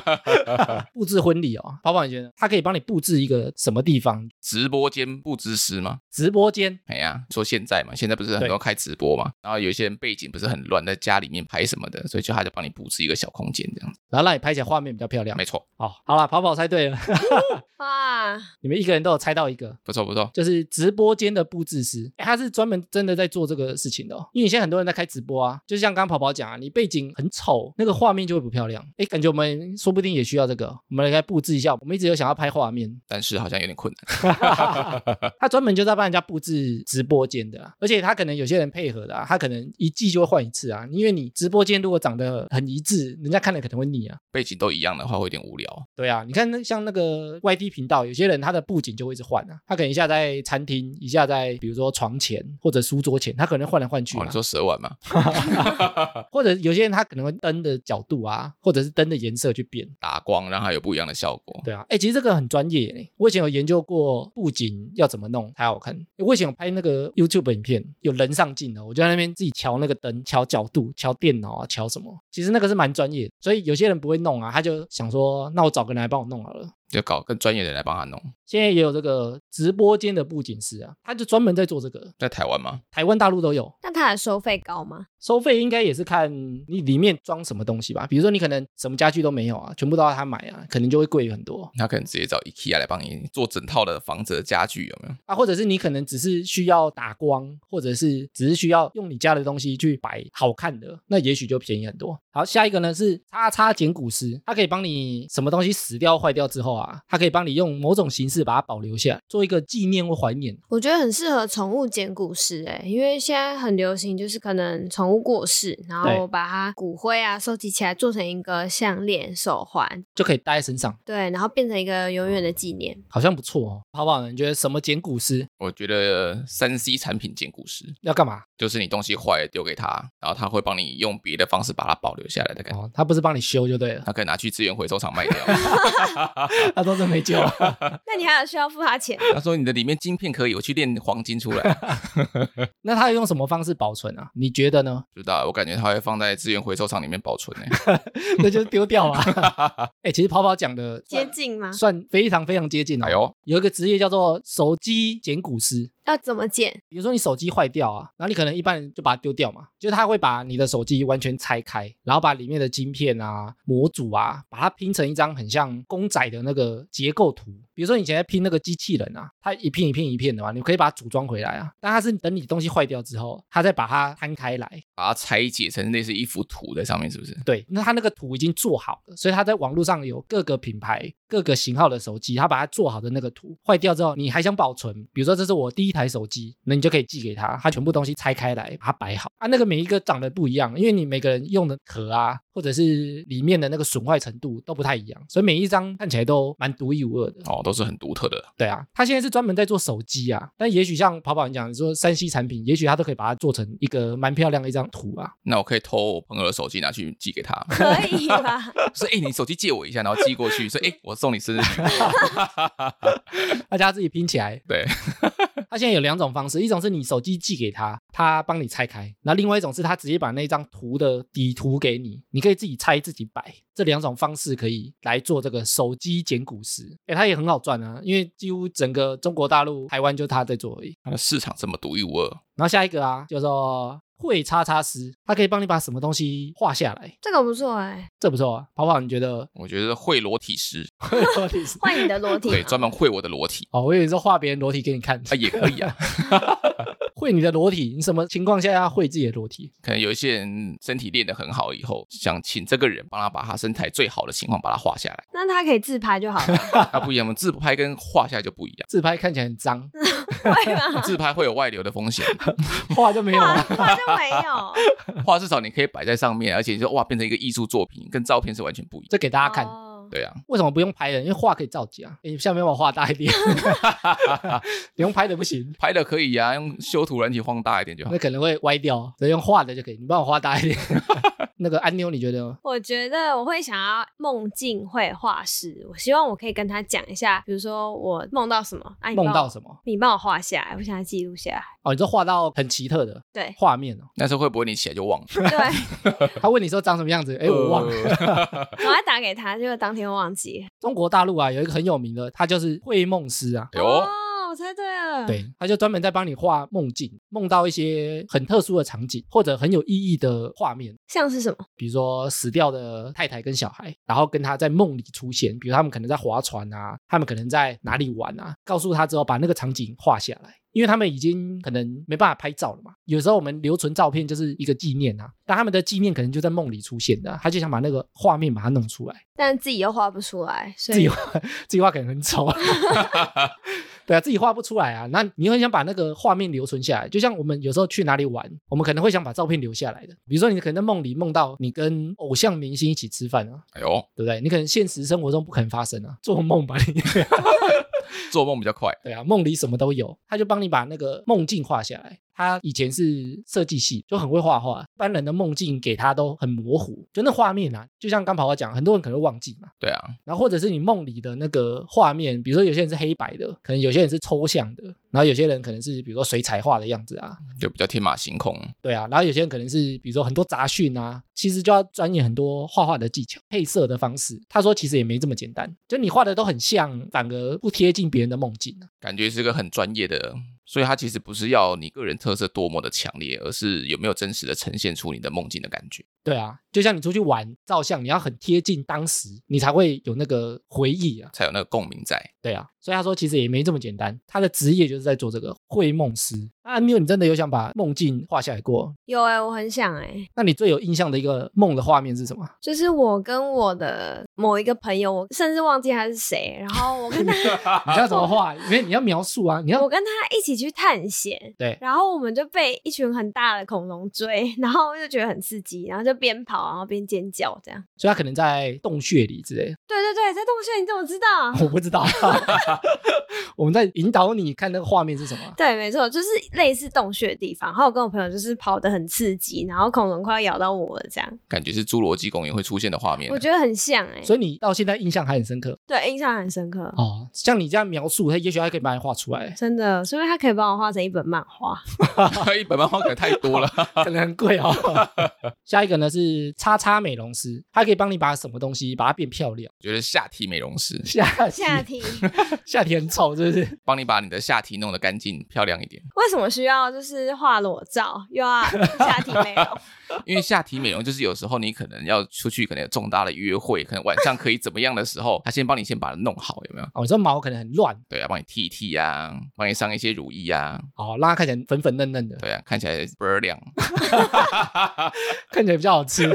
Speaker 1: 布置婚礼哦，宝宝你觉得他可以帮你布置一个什么地方？
Speaker 2: 直播间不知师吗？
Speaker 1: 直播间
Speaker 2: 哎呀，说现在嘛，现在不是很多开直播嘛，然后有一些人背景不是很乱，在家里面拍什么的，所以就他就帮你布置一个小空间这样子。
Speaker 1: 然后让你拍起来画面比较漂亮
Speaker 2: 没。错，
Speaker 1: 哦，好啦，跑跑猜对了，
Speaker 3: 哇，
Speaker 1: 你们一个人都有猜到一个，
Speaker 2: 不错不错。
Speaker 1: 就是直播间的布置师，诶他是专门真的在做这个事情的、哦。因为现在很多人在开直播啊，就像刚刚跑跑讲啊，你背景很丑，那个画面就会不漂亮。哎，感觉我们说不定也需要这个，我们来布置一下。我们一直有想要拍画面，
Speaker 2: 但是好像有点困难。
Speaker 1: 他专门就在帮人家布置直播间的、啊，而且他可能有些人配合的、啊，他可能一季就会换一次啊，因为你直播间如果长得很一致，人家看了可能会腻啊。
Speaker 2: 背景都一样的话，会有点无聊。
Speaker 1: 对啊，你看那像那个 YT 频道，有些人他的布景就会一直换啊，他可能一下在餐厅，一下在比如说床前或者书桌前，他可能换来换去、
Speaker 2: 哦，
Speaker 1: 啊
Speaker 2: 你说蛇丸吗？
Speaker 1: 或者有些人他可能会灯的角度啊，或者是灯的颜色去变。
Speaker 2: 打光让它有不一样的效果。
Speaker 1: 对啊，哎、其实这个很专业、欸。我以前有研究过布景要怎么弄才好看。我以前有拍那个 YouTube 影片，有人上镜哦，我就在那边自己调那个灯、调角度、调电脑啊、调什么。其实那个是蛮专业的，所以有些人不会弄啊，他就想说，那我找个人来帮我弄好了。
Speaker 2: 就搞更专业的人来帮他弄。
Speaker 1: 现在也有这个直播间的布景师啊，他就专门在做这个，
Speaker 2: 在台湾吗？
Speaker 1: 台湾、大陆都有。
Speaker 3: 那它的收费高吗？
Speaker 1: 收费应该也是看你里面装什么东西吧，比如说你可能什么家具都没有啊，全部都要他买啊，可能就会贵很多
Speaker 2: 他可能直接找 IKEA 来帮你做整套的房子的家具，有没有？
Speaker 1: 啊，或者是你可能只是需要打光，或者是只是需要用你家的东西去摆好看的，那也许就便宜很多。好，下一个呢是叉叉剪骨师，它可以帮你什么东西死掉坏掉之后啊，它可以帮你用某种形式把它保留下来，做一个纪念或怀念。
Speaker 3: 我觉得很适合宠物捡骨师哎、因为现在很流行，就是可能宠物过世，然后
Speaker 1: 对
Speaker 3: 把它骨灰啊收集起来，做成一个项链、手环，
Speaker 1: 就可以戴在身上，
Speaker 3: 对，然后变成一个永远的纪念。
Speaker 1: 好像不错哦。跑跑呢，你觉得什么剪骨师
Speaker 2: 我觉得三 C 产品兼顾师，
Speaker 1: 要干嘛？
Speaker 2: 就是你东西坏了丢给他，然后他会帮你用别的方式把它保留下来的感觉。
Speaker 1: 哦，他不是帮你修就对了，
Speaker 2: 他可以拿去资源回收厂卖掉。
Speaker 1: 他都是没救了。
Speaker 3: 那你还有需要付他钱？
Speaker 2: 他说：“你的里面晶片可以，我去炼黄金出来。？
Speaker 1: 那他用什么方式保存啊？你觉得呢”
Speaker 2: 不知道，我感觉他会放在资源回收厂里面保存呢、 欸
Speaker 1: 那就是丢掉 啊。哎、其实跑跑讲的
Speaker 3: 接近啊吗？
Speaker 1: 算非常非常接近哦。
Speaker 2: 哎呦，
Speaker 1: 有一个职业叫做手机捡骨师。
Speaker 3: 要怎么捡？
Speaker 1: 比如说你手机坏掉啊，然后你可能一般人就把它丢掉嘛，就是他会把你的手机完全拆开，然后把里面的晶片啊、模组啊，把它拼成一张很像公仔的那个结构图。比如说你以前在拼那个机器人啊，它一片一片一片的嘛，你可以把它组装回来啊。但它是等你东西坏掉之后，它再把它摊开来，
Speaker 2: 把它拆解成类似一幅图在上面，是不是？
Speaker 1: 对，那它那个图已经做好了，所以它在网络上有各个品牌、各个型号的手机，它把它做好的那个图坏掉之后，你还想保存，比如说这是我第一台手机，那你就可以寄给他，他全部东西拆开来，把它摆好啊。那个每一个长得不一样，因为你每个人用的壳啊，或者是里面的那个损坏程度都不太一样，所以每一张看起来都蛮独一无二的。
Speaker 2: 哦，都是很独特的。
Speaker 1: 对啊，他现在是专门在做手机啊，但也许像跑跑你讲你说山西产品，也许他都可以把它做成一个蛮漂亮的一张图啊。
Speaker 2: 那我可以偷我朋友的手机拿去寄给他，
Speaker 3: 可以吧？
Speaker 2: 说：“哎、你手机借我一下，然后寄过去。”说：“哎、我送你生日礼物。
Speaker 1: 大家自己拼起来。
Speaker 2: 对，
Speaker 1: 他现在有两种方式，一种是你手机寄给他，他帮你拆开；然后另外一种是他直接把那张图的底图给你，你可以自己拆自己摆。这两种方式可以来做这个手机捡古石，哎，它也很好赚啊，因为几乎整个中国大陆、台湾就他在做而已。”
Speaker 2: 它的市场这么独一无二，
Speaker 1: 然后下一个啊，叫做会叉叉师，它可以帮你把什么东西画下来，
Speaker 3: 这个不错哎、
Speaker 1: 这不错啊。跑跑，你觉 得
Speaker 2: 我觉得会裸体师，
Speaker 1: 会裸体师？
Speaker 3: 换你的裸体
Speaker 2: 对，
Speaker 3: 吗，
Speaker 2: 专门会我的裸体
Speaker 1: 哦，我以为是画别人裸体给你看，
Speaker 2: 啊，也可以啊。
Speaker 1: 会你的裸体，你什么情况下要会自己的裸体？
Speaker 2: 可能有一些人身体练得很好，以后想请这个人帮他把他身材最好的情况把它画下来，
Speaker 3: 那他可以自拍就好了，
Speaker 2: 那不一样，我们自拍跟画下来就不一样。
Speaker 1: 自拍看起来很脏，
Speaker 3: 会吗？
Speaker 2: 自拍会有外流的风险，
Speaker 1: 画就没有
Speaker 3: 画
Speaker 1: 了。
Speaker 3: 画就没有，
Speaker 2: 画至少你可以摆在上面，而且你说哇，变成一个艺术作品，跟照片是完全不一样。
Speaker 1: 这给 大家看。
Speaker 3: 哦
Speaker 2: 对啊，
Speaker 1: 为什么不用拍人？因为画可以造假。诶你下面帮我画大一点，你用拍的不行，
Speaker 2: 拍的可以啊，用修图软体放大一点就好
Speaker 1: 那。可能会歪掉，所以用画的就可以。你帮我画大一点。那个安妞，你觉得呢？
Speaker 3: 我觉得我会想要梦境绘画师，我希望我可以跟他讲一下，比如说我梦到什么，啊，你帮
Speaker 1: 梦
Speaker 3: 我
Speaker 1: 到什么？
Speaker 3: 你帮我画下来，我想要记录下来。
Speaker 1: 哦，你这画到很奇特的
Speaker 3: 对
Speaker 1: 画面哦。
Speaker 2: 但是会不会你起来就忘了？
Speaker 3: 对，
Speaker 1: 他问你说长什么样子？哎，我忘了。
Speaker 2: 了。
Speaker 3: 赶快打给他，结果当天忘记。
Speaker 1: 中国大陆啊，有一个很有名的，他就是绘梦师啊。
Speaker 2: 哎呦，
Speaker 3: 哦，我猜对了。，
Speaker 1: 对，他就专门在帮你画梦境，梦到一些很特殊的场景或者很有意义的画面。
Speaker 3: 像是什么？
Speaker 1: 比如说死掉的太太跟小孩，然后跟他在梦里出现，比如他们可能在划船啊，他们可能在哪里玩啊，告诉他之后把那个场景画下来。因为他们已经可能没办法拍照了嘛，有时候我们留存照片就是一个纪念啊，但他们的纪念可能就在梦里出现的啊、他就想把那个画面把它弄出来，
Speaker 3: 但自己又画不出来，所
Speaker 1: 自己
Speaker 3: 以
Speaker 1: 画自己画可能很丑， 对啊，自己画不出来啊，那你会想把那个画面留存下来，就像我们有时候去哪里玩，我们可能会想把照片留下来的，比如说你可能在梦里梦到你跟偶像明星一起吃饭啊，
Speaker 2: 哎呦，
Speaker 1: 对不对？你可能现实生活中不可能发生啊，做梦吧你。
Speaker 2: 做梦比较快。
Speaker 1: 对啊，梦里什么都有，他就帮你把那个梦境画下来。他以前是设计系，就很会画画，一般人的梦境给他都很模糊，就那画面啊，就像刚跑跑讲，很多人可能会忘记嘛。
Speaker 2: 对啊，
Speaker 1: 然后或者是你梦里的那个画面，比如说有些人是黑白的，可能有些人是抽象的，然后有些人可能是比如说水彩画的样子啊，
Speaker 2: 就比较天马行空。
Speaker 1: 对啊，然后有些人可能是比如说很多杂讯啊，其实就要钻研很多画画的技巧、配色的方式。他说其实也没这么简单，就你画的都很像，反而不贴近别人的梦境啊、
Speaker 2: 感觉是个很专业的，所以它其实不是要你个人特色多么的强烈，而是有没有真实的呈现出你的梦境的感觉。
Speaker 1: 对啊，就像你出去玩照相，你要很贴近当时，你才会有那个回忆啊。
Speaker 2: 才有那个共鸣在。
Speaker 1: 对啊，所以他说其实也没这么简单，他的职业就是在做这个绘梦师。那缪，你真的有想把梦境画下来过？
Speaker 3: 有哎、我很想哎、
Speaker 1: 那你最有印象的一个梦的画面是什么？
Speaker 3: 就是我跟我的某一个朋友，我甚至忘记他是谁，然后我 跟他
Speaker 1: 你要怎么画？因为你要描述啊，你要
Speaker 3: 我跟他一起去探险，
Speaker 1: 对
Speaker 3: 然后我们就被一群很大的恐龙追， 然后就觉得很刺激，然后就边跑然后边尖叫这样。
Speaker 1: 所以他可能在洞穴里之类的，
Speaker 3: 对对对，在洞穴你怎么知 道？
Speaker 1: 我不知道。我们在引导你看那个画面是什么。
Speaker 3: 对，没错，就是类似洞穴的地方。然后我跟我朋友就是跑得很刺激，然后恐龙快要咬到我了，这样
Speaker 2: 感觉是侏罗纪公园会出现的画面
Speaker 3: 我。觉得很像哎、
Speaker 1: 啊所以你到现在印象还很深刻
Speaker 3: 对，印象很深刻。
Speaker 1: 哦，像你这样描述，他也许还可以把你画出 来，
Speaker 3: 真的，说明他可以帮我画成一本漫 画。
Speaker 2: 一本漫画可能太多了，
Speaker 1: 可能很贵哦。 下一个呢是叉叉美容师，他可以帮你把什么东西把它变漂亮。
Speaker 2: 觉得下体美容师
Speaker 1: 下体
Speaker 3: 下题，
Speaker 1: 下体很丑，是不是？
Speaker 2: 帮你把你的下体弄得干净漂亮一点，
Speaker 3: 为什么需要就是画裸照，又要下体美容？
Speaker 2: 因为下体美容就是有时候你可能要出去，可能有重大的约会，可能晚上可以怎么样的时候，他先帮你先把它弄好，有没有？
Speaker 1: 哦，你说毛可能很乱，
Speaker 2: 对啊，帮你剃一剃啊，帮你上一些乳液啊，
Speaker 1: 哦，让它看起来粉粉嫩嫩的，
Speaker 2: 对啊，看起来倍儿亮。
Speaker 1: 看起来比较好吃。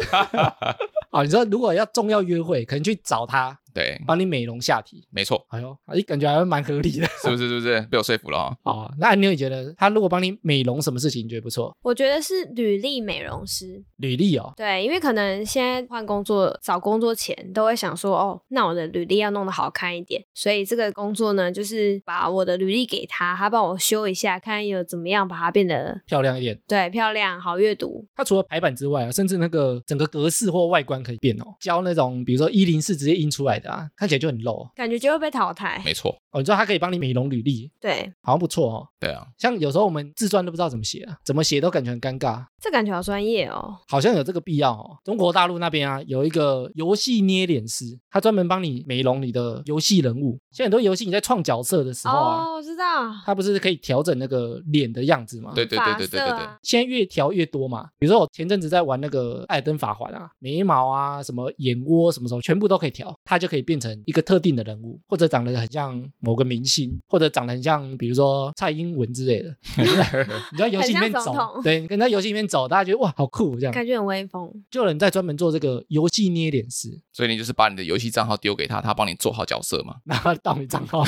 Speaker 1: 哦，你说如果要重要约会，可能去找他
Speaker 2: 对，
Speaker 1: 帮你美容下体。
Speaker 2: 没错，
Speaker 1: 哎呦，哎，感觉还蛮合理的。
Speaker 2: 是不是？是不是被我说服了哦？
Speaker 1: 哦，那你有觉得他如果帮你美容什么事情，你觉得不错？
Speaker 3: 我觉得是履历美容师，
Speaker 1: 履历哦，
Speaker 3: 对，因为可能现在换工作、找工作前都会想说，哦，那我的履历要弄得好看一点，所以这个工作呢，就是把我的履历给他，他帮我修一下，看有怎么样把它变得
Speaker 1: 漂亮一点。
Speaker 3: 对漂亮、好阅读。
Speaker 1: 它除了排版之外啊，甚至那个整个格式或外观可以变哦。教那种比如说一零四直接印出来的啊，看起来就很 low 哦。
Speaker 3: 感觉就会被淘汰，
Speaker 2: 没错，
Speaker 1: 哦你知道它可以帮你美容履历，
Speaker 3: 对，
Speaker 1: 好像不错哦。
Speaker 2: 对啊，
Speaker 1: 像有时候我们自传都不知道怎么写啊，怎么写都感觉很尴尬，
Speaker 3: 这感觉好专业哦。
Speaker 1: 好像有这个必要哦。中国大陆那边啊，有一个游戏捏脸师，他专门帮你美容你的游戏人物。现在很多游戏你在创角色的时候啊，
Speaker 3: 哦，我知道，
Speaker 1: 它不是可以调整那个脸的样子吗？
Speaker 2: 对对对对对对对，
Speaker 3: 啊
Speaker 1: 现在越调越多嘛。比如说我前阵子在玩那个《艾尔登法环》啊，眉毛啊、什么眼窝什么时候全部都可以调，它就可以变成一个特定的人物，或者长得很像某个明星，或者长得很像比如说蔡英文之类的。 你在游戏里面
Speaker 3: 很像总
Speaker 1: 走，
Speaker 3: 统
Speaker 1: 对，你跟在游戏里面走，大家觉得哇好酷这样。
Speaker 3: 感觉很威风。
Speaker 1: 就有人在专门做这个游戏捏脸师，
Speaker 2: 所以你就是把你的游戏账号丢给他，他帮你做好角色嘛。
Speaker 1: 然后盗你账号，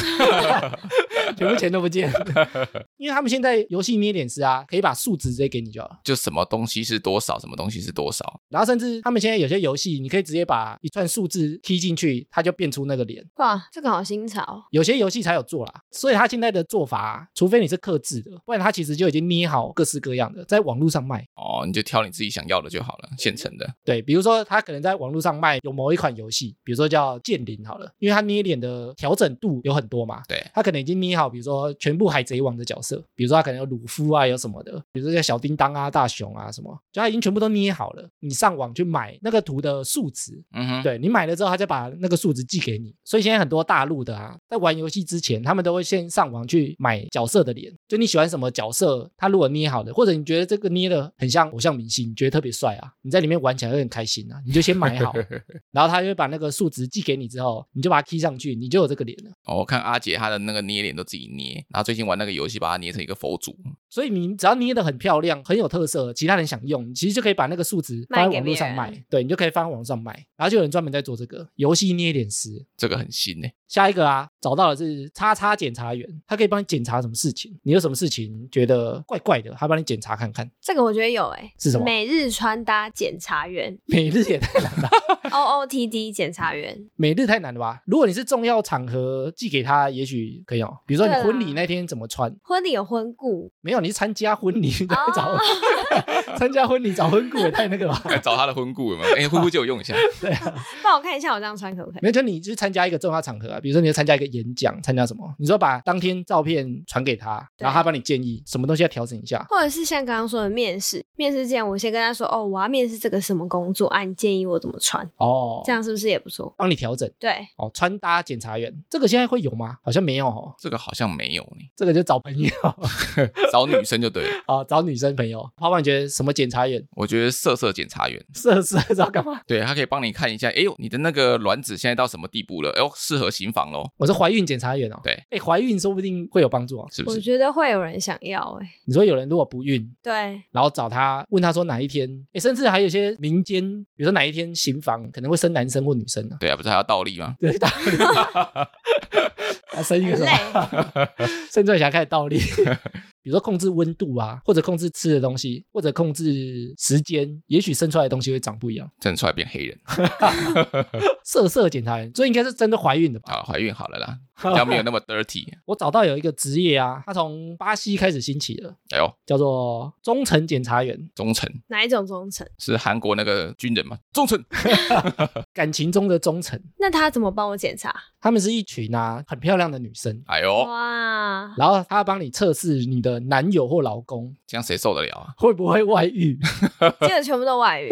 Speaker 1: 全部钱都不见了， 因为他们现在游戏捏脸师啊，可以把数值直接给你就好了。
Speaker 2: 就什么东西是多少，什么东西是多少，
Speaker 1: 然后甚至他们现在有些游戏，你可以直接把一串数字踢进去，它就变出那个脸。
Speaker 3: 哇，这个好新潮，
Speaker 1: 有些游戏才有做啦，所以它现在的做法、啊，除非你是克制的，不然它其实就已经捏好各式各样的，在网络上卖。
Speaker 2: 哦，你就挑你自己想要的就好了，现成的。
Speaker 1: 对，比如说它可能在网络上卖有某一款游戏，比如说叫《剑灵》好了，因为它捏脸的调整度有很多嘛，
Speaker 2: 对，
Speaker 1: 他可能已经捏好，比如说全部海贼王的角色，比如说他可能有鲁夫啊，有什么的，比如说像小叮当啊、大雄啊什么，就他已经全部都捏好了。你上网去买那个图的数值，
Speaker 2: 嗯哼，
Speaker 1: 对你买了之后，他再把那个数值寄给你。所以现在很多大陆的啊，在玩游戏之前，他们都会先上网去买角色的脸，就你喜欢什么角色，他如果捏好的，或者你觉得这个捏的很像偶像明星，你觉得特别帅啊，你在里面玩起来会很开心啊，你就先买 好，然后他就会把那个数值寄给你之后，你就把它 key 上去，你就有这个脸了。
Speaker 2: 哦，我看阿杰他的那个捏脸都自己捏，然后最近玩那个游戏，把它捏成一个佛祖，
Speaker 1: 所以你只要捏的很漂亮，很有特色，其他人想用，你其实就可以把那个数值放在网络上
Speaker 3: 卖给别
Speaker 1: 卖，对你就可以放在网络上卖。然后就有人专门在做这个游戏捏脸师，
Speaker 2: 这个很新呢。欸
Speaker 1: 下一个啊，找到的是叉叉检察员，他可以帮你检查什么事情，你有什么事情觉得怪怪的，他帮你检查看看。
Speaker 3: 这个我觉得有哎、
Speaker 1: 是什么
Speaker 3: 每日穿搭检 查员
Speaker 1: 每日也太 难了，
Speaker 3: O O T D 检查员，
Speaker 1: 每日太难了吧？如果你是重要场合寄给他，也许可以哦。比如说你
Speaker 3: 对啦
Speaker 1: 婚礼那天怎么穿，
Speaker 3: 婚礼有婚顾，
Speaker 1: 没有你是参加婚礼你在找、
Speaker 3: 哦
Speaker 1: 参加婚礼找婚顾也太那个了吧？
Speaker 2: 来找他的婚顾有没有？哎，婚顾借我用一下。
Speaker 1: 对啊，
Speaker 3: 帮我看一下我这样穿可不可以？
Speaker 1: 没有就你去参加一个重要场合啊，比如说你要参加一个演讲，参加什么，你说把当天照片传给他，
Speaker 3: 对
Speaker 1: 然后他帮你建议什么东西要调整一下。
Speaker 3: 或者是像刚刚说的面试，面试之前我先跟他说，哦，我要面试这个什么工作啊，你建议我怎么穿，
Speaker 1: 哦，
Speaker 3: 这样是不是也不错？
Speaker 1: 帮你调整
Speaker 3: 对，
Speaker 1: 哦，穿搭检查员这个现在会有吗？好像没有哦，
Speaker 2: 这个好像没有呢，
Speaker 1: 这个就找朋友
Speaker 2: 找女生就对了。
Speaker 1: 啊、找女生朋友。老板觉得什么检察员
Speaker 2: 我觉得色色检察员，
Speaker 1: 色色知道干嘛？
Speaker 2: 对啊他可以帮你看一下，哎呦，你的那个卵子现在到什么地步了？哎呦，适合行房喽，
Speaker 1: 我是怀孕检察员哦。
Speaker 2: 对，
Speaker 1: 哎，怀孕说不定会有帮助哦。
Speaker 2: 是不
Speaker 3: 我
Speaker 2: 是？
Speaker 3: 觉得会有人想要哎、
Speaker 1: 你说有人如果不孕，
Speaker 3: 对，
Speaker 1: 然后找他问他说哪一天，哎，甚至还有一些民间，比如说哪一天行房可能会生男生或女生呢、啊？
Speaker 2: 对啊，不是还要倒立吗？
Speaker 1: 对，倒立，啊生一个
Speaker 3: 很
Speaker 1: 什
Speaker 3: 累
Speaker 1: 么？，甚至想开始倒立。 比如说控制温度啊，或者控制吃的东西，或者控制时间，也许生出来的东西会长不一样。
Speaker 2: 真的出来变黑人
Speaker 1: 色色检查员，所以应该是真的怀孕的吧？
Speaker 2: 啊，怀孕好了啦，要没有那么 dirty。
Speaker 1: 我找到有一个职业啊，它从巴西开始兴起了，
Speaker 2: 哎呦，
Speaker 1: 叫做忠诚检察员，
Speaker 2: 忠诚
Speaker 3: 哪一种忠诚？
Speaker 2: 是韩国那个军人嘛？忠诚，
Speaker 1: 感情中的忠诚。
Speaker 3: 那他怎么帮我检查？
Speaker 1: 他们是一群啊很漂亮的女生，
Speaker 2: 哎呦，
Speaker 3: 哇，
Speaker 1: 然后他帮你测试你的男友或老公
Speaker 2: 这样谁受得了啊？
Speaker 1: 会不会外遇，
Speaker 3: 这个全部都外语，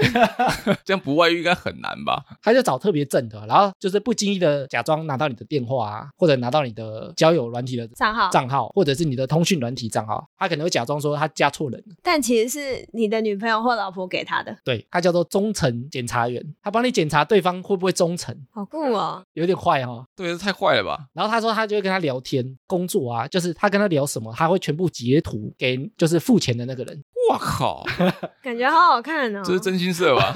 Speaker 2: 这样不外遇应该很难吧？
Speaker 1: 他就找特别正的，然后就是不经意的假装拿到你的电话啊，或者拿到你的交友软体的
Speaker 3: 账号，
Speaker 1: 账号，或者是你的通讯软体账号，他可能会假装说他加错人了，
Speaker 3: 但其实是你的女朋友或老婆给他的，
Speaker 1: 对他叫做忠诚检察员，他帮你检查对方会不会忠诚，
Speaker 3: 好酷哦！
Speaker 1: 有点坏哦。
Speaker 2: 对，这太坏了吧？
Speaker 1: 然后他说他就会跟他聊天、工作啊，就是他跟他聊什么，他会全部截图给就是付钱的那个人。
Speaker 2: 我靠，
Speaker 3: 感觉好好看哦。
Speaker 2: 这是真心社 吧？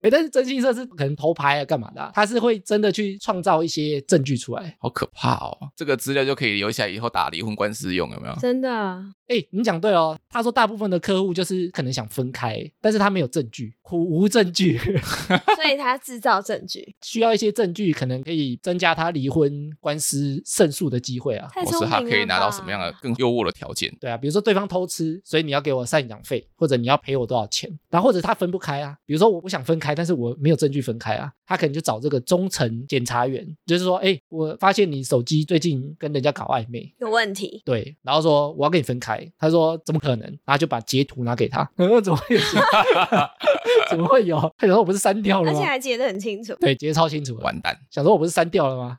Speaker 1: 诶，但是征信社是可能偷拍啊、干嘛的啊、他是会真的去创造一些证据出来。
Speaker 2: 好可怕哦！这个资料就可以留下来以后打离婚官司用，有没有？
Speaker 3: 真 的，
Speaker 1: 诶，你讲对哦。他说大部分的客户就是可能想分开，但是他没有证据，苦无证据，
Speaker 3: 所以他制造证据，
Speaker 1: 需要一些证据，可能可以增加他离婚官司胜诉的机会啊。
Speaker 3: 太
Speaker 2: 我
Speaker 3: 聪明
Speaker 2: 是
Speaker 3: 了
Speaker 2: 他
Speaker 3: 吧。
Speaker 2: 可以拿到什么样的更优渥的条件？
Speaker 1: 对啊，比如说对方偷吃，所以你要给我赡养费，或者你要赔我多少钱，然后或者他分不开啊。比如说我不想分开，但是我没有证据分开啊，他可能就找这个忠诚检察员，就是说，哎，我发现你手机最近跟人家搞暧昧。
Speaker 3: 有问题？
Speaker 1: 对，然后说我要跟你分开，他说怎么可能？然后就把截图拿给他， 呃怎么会有截？怎么会有？他想说我不是删掉了
Speaker 3: 而且
Speaker 1: 吗？
Speaker 3: 还解得很清楚。
Speaker 1: 对，截得超清楚了，
Speaker 2: 完蛋！
Speaker 1: 想说我不是删掉了吗？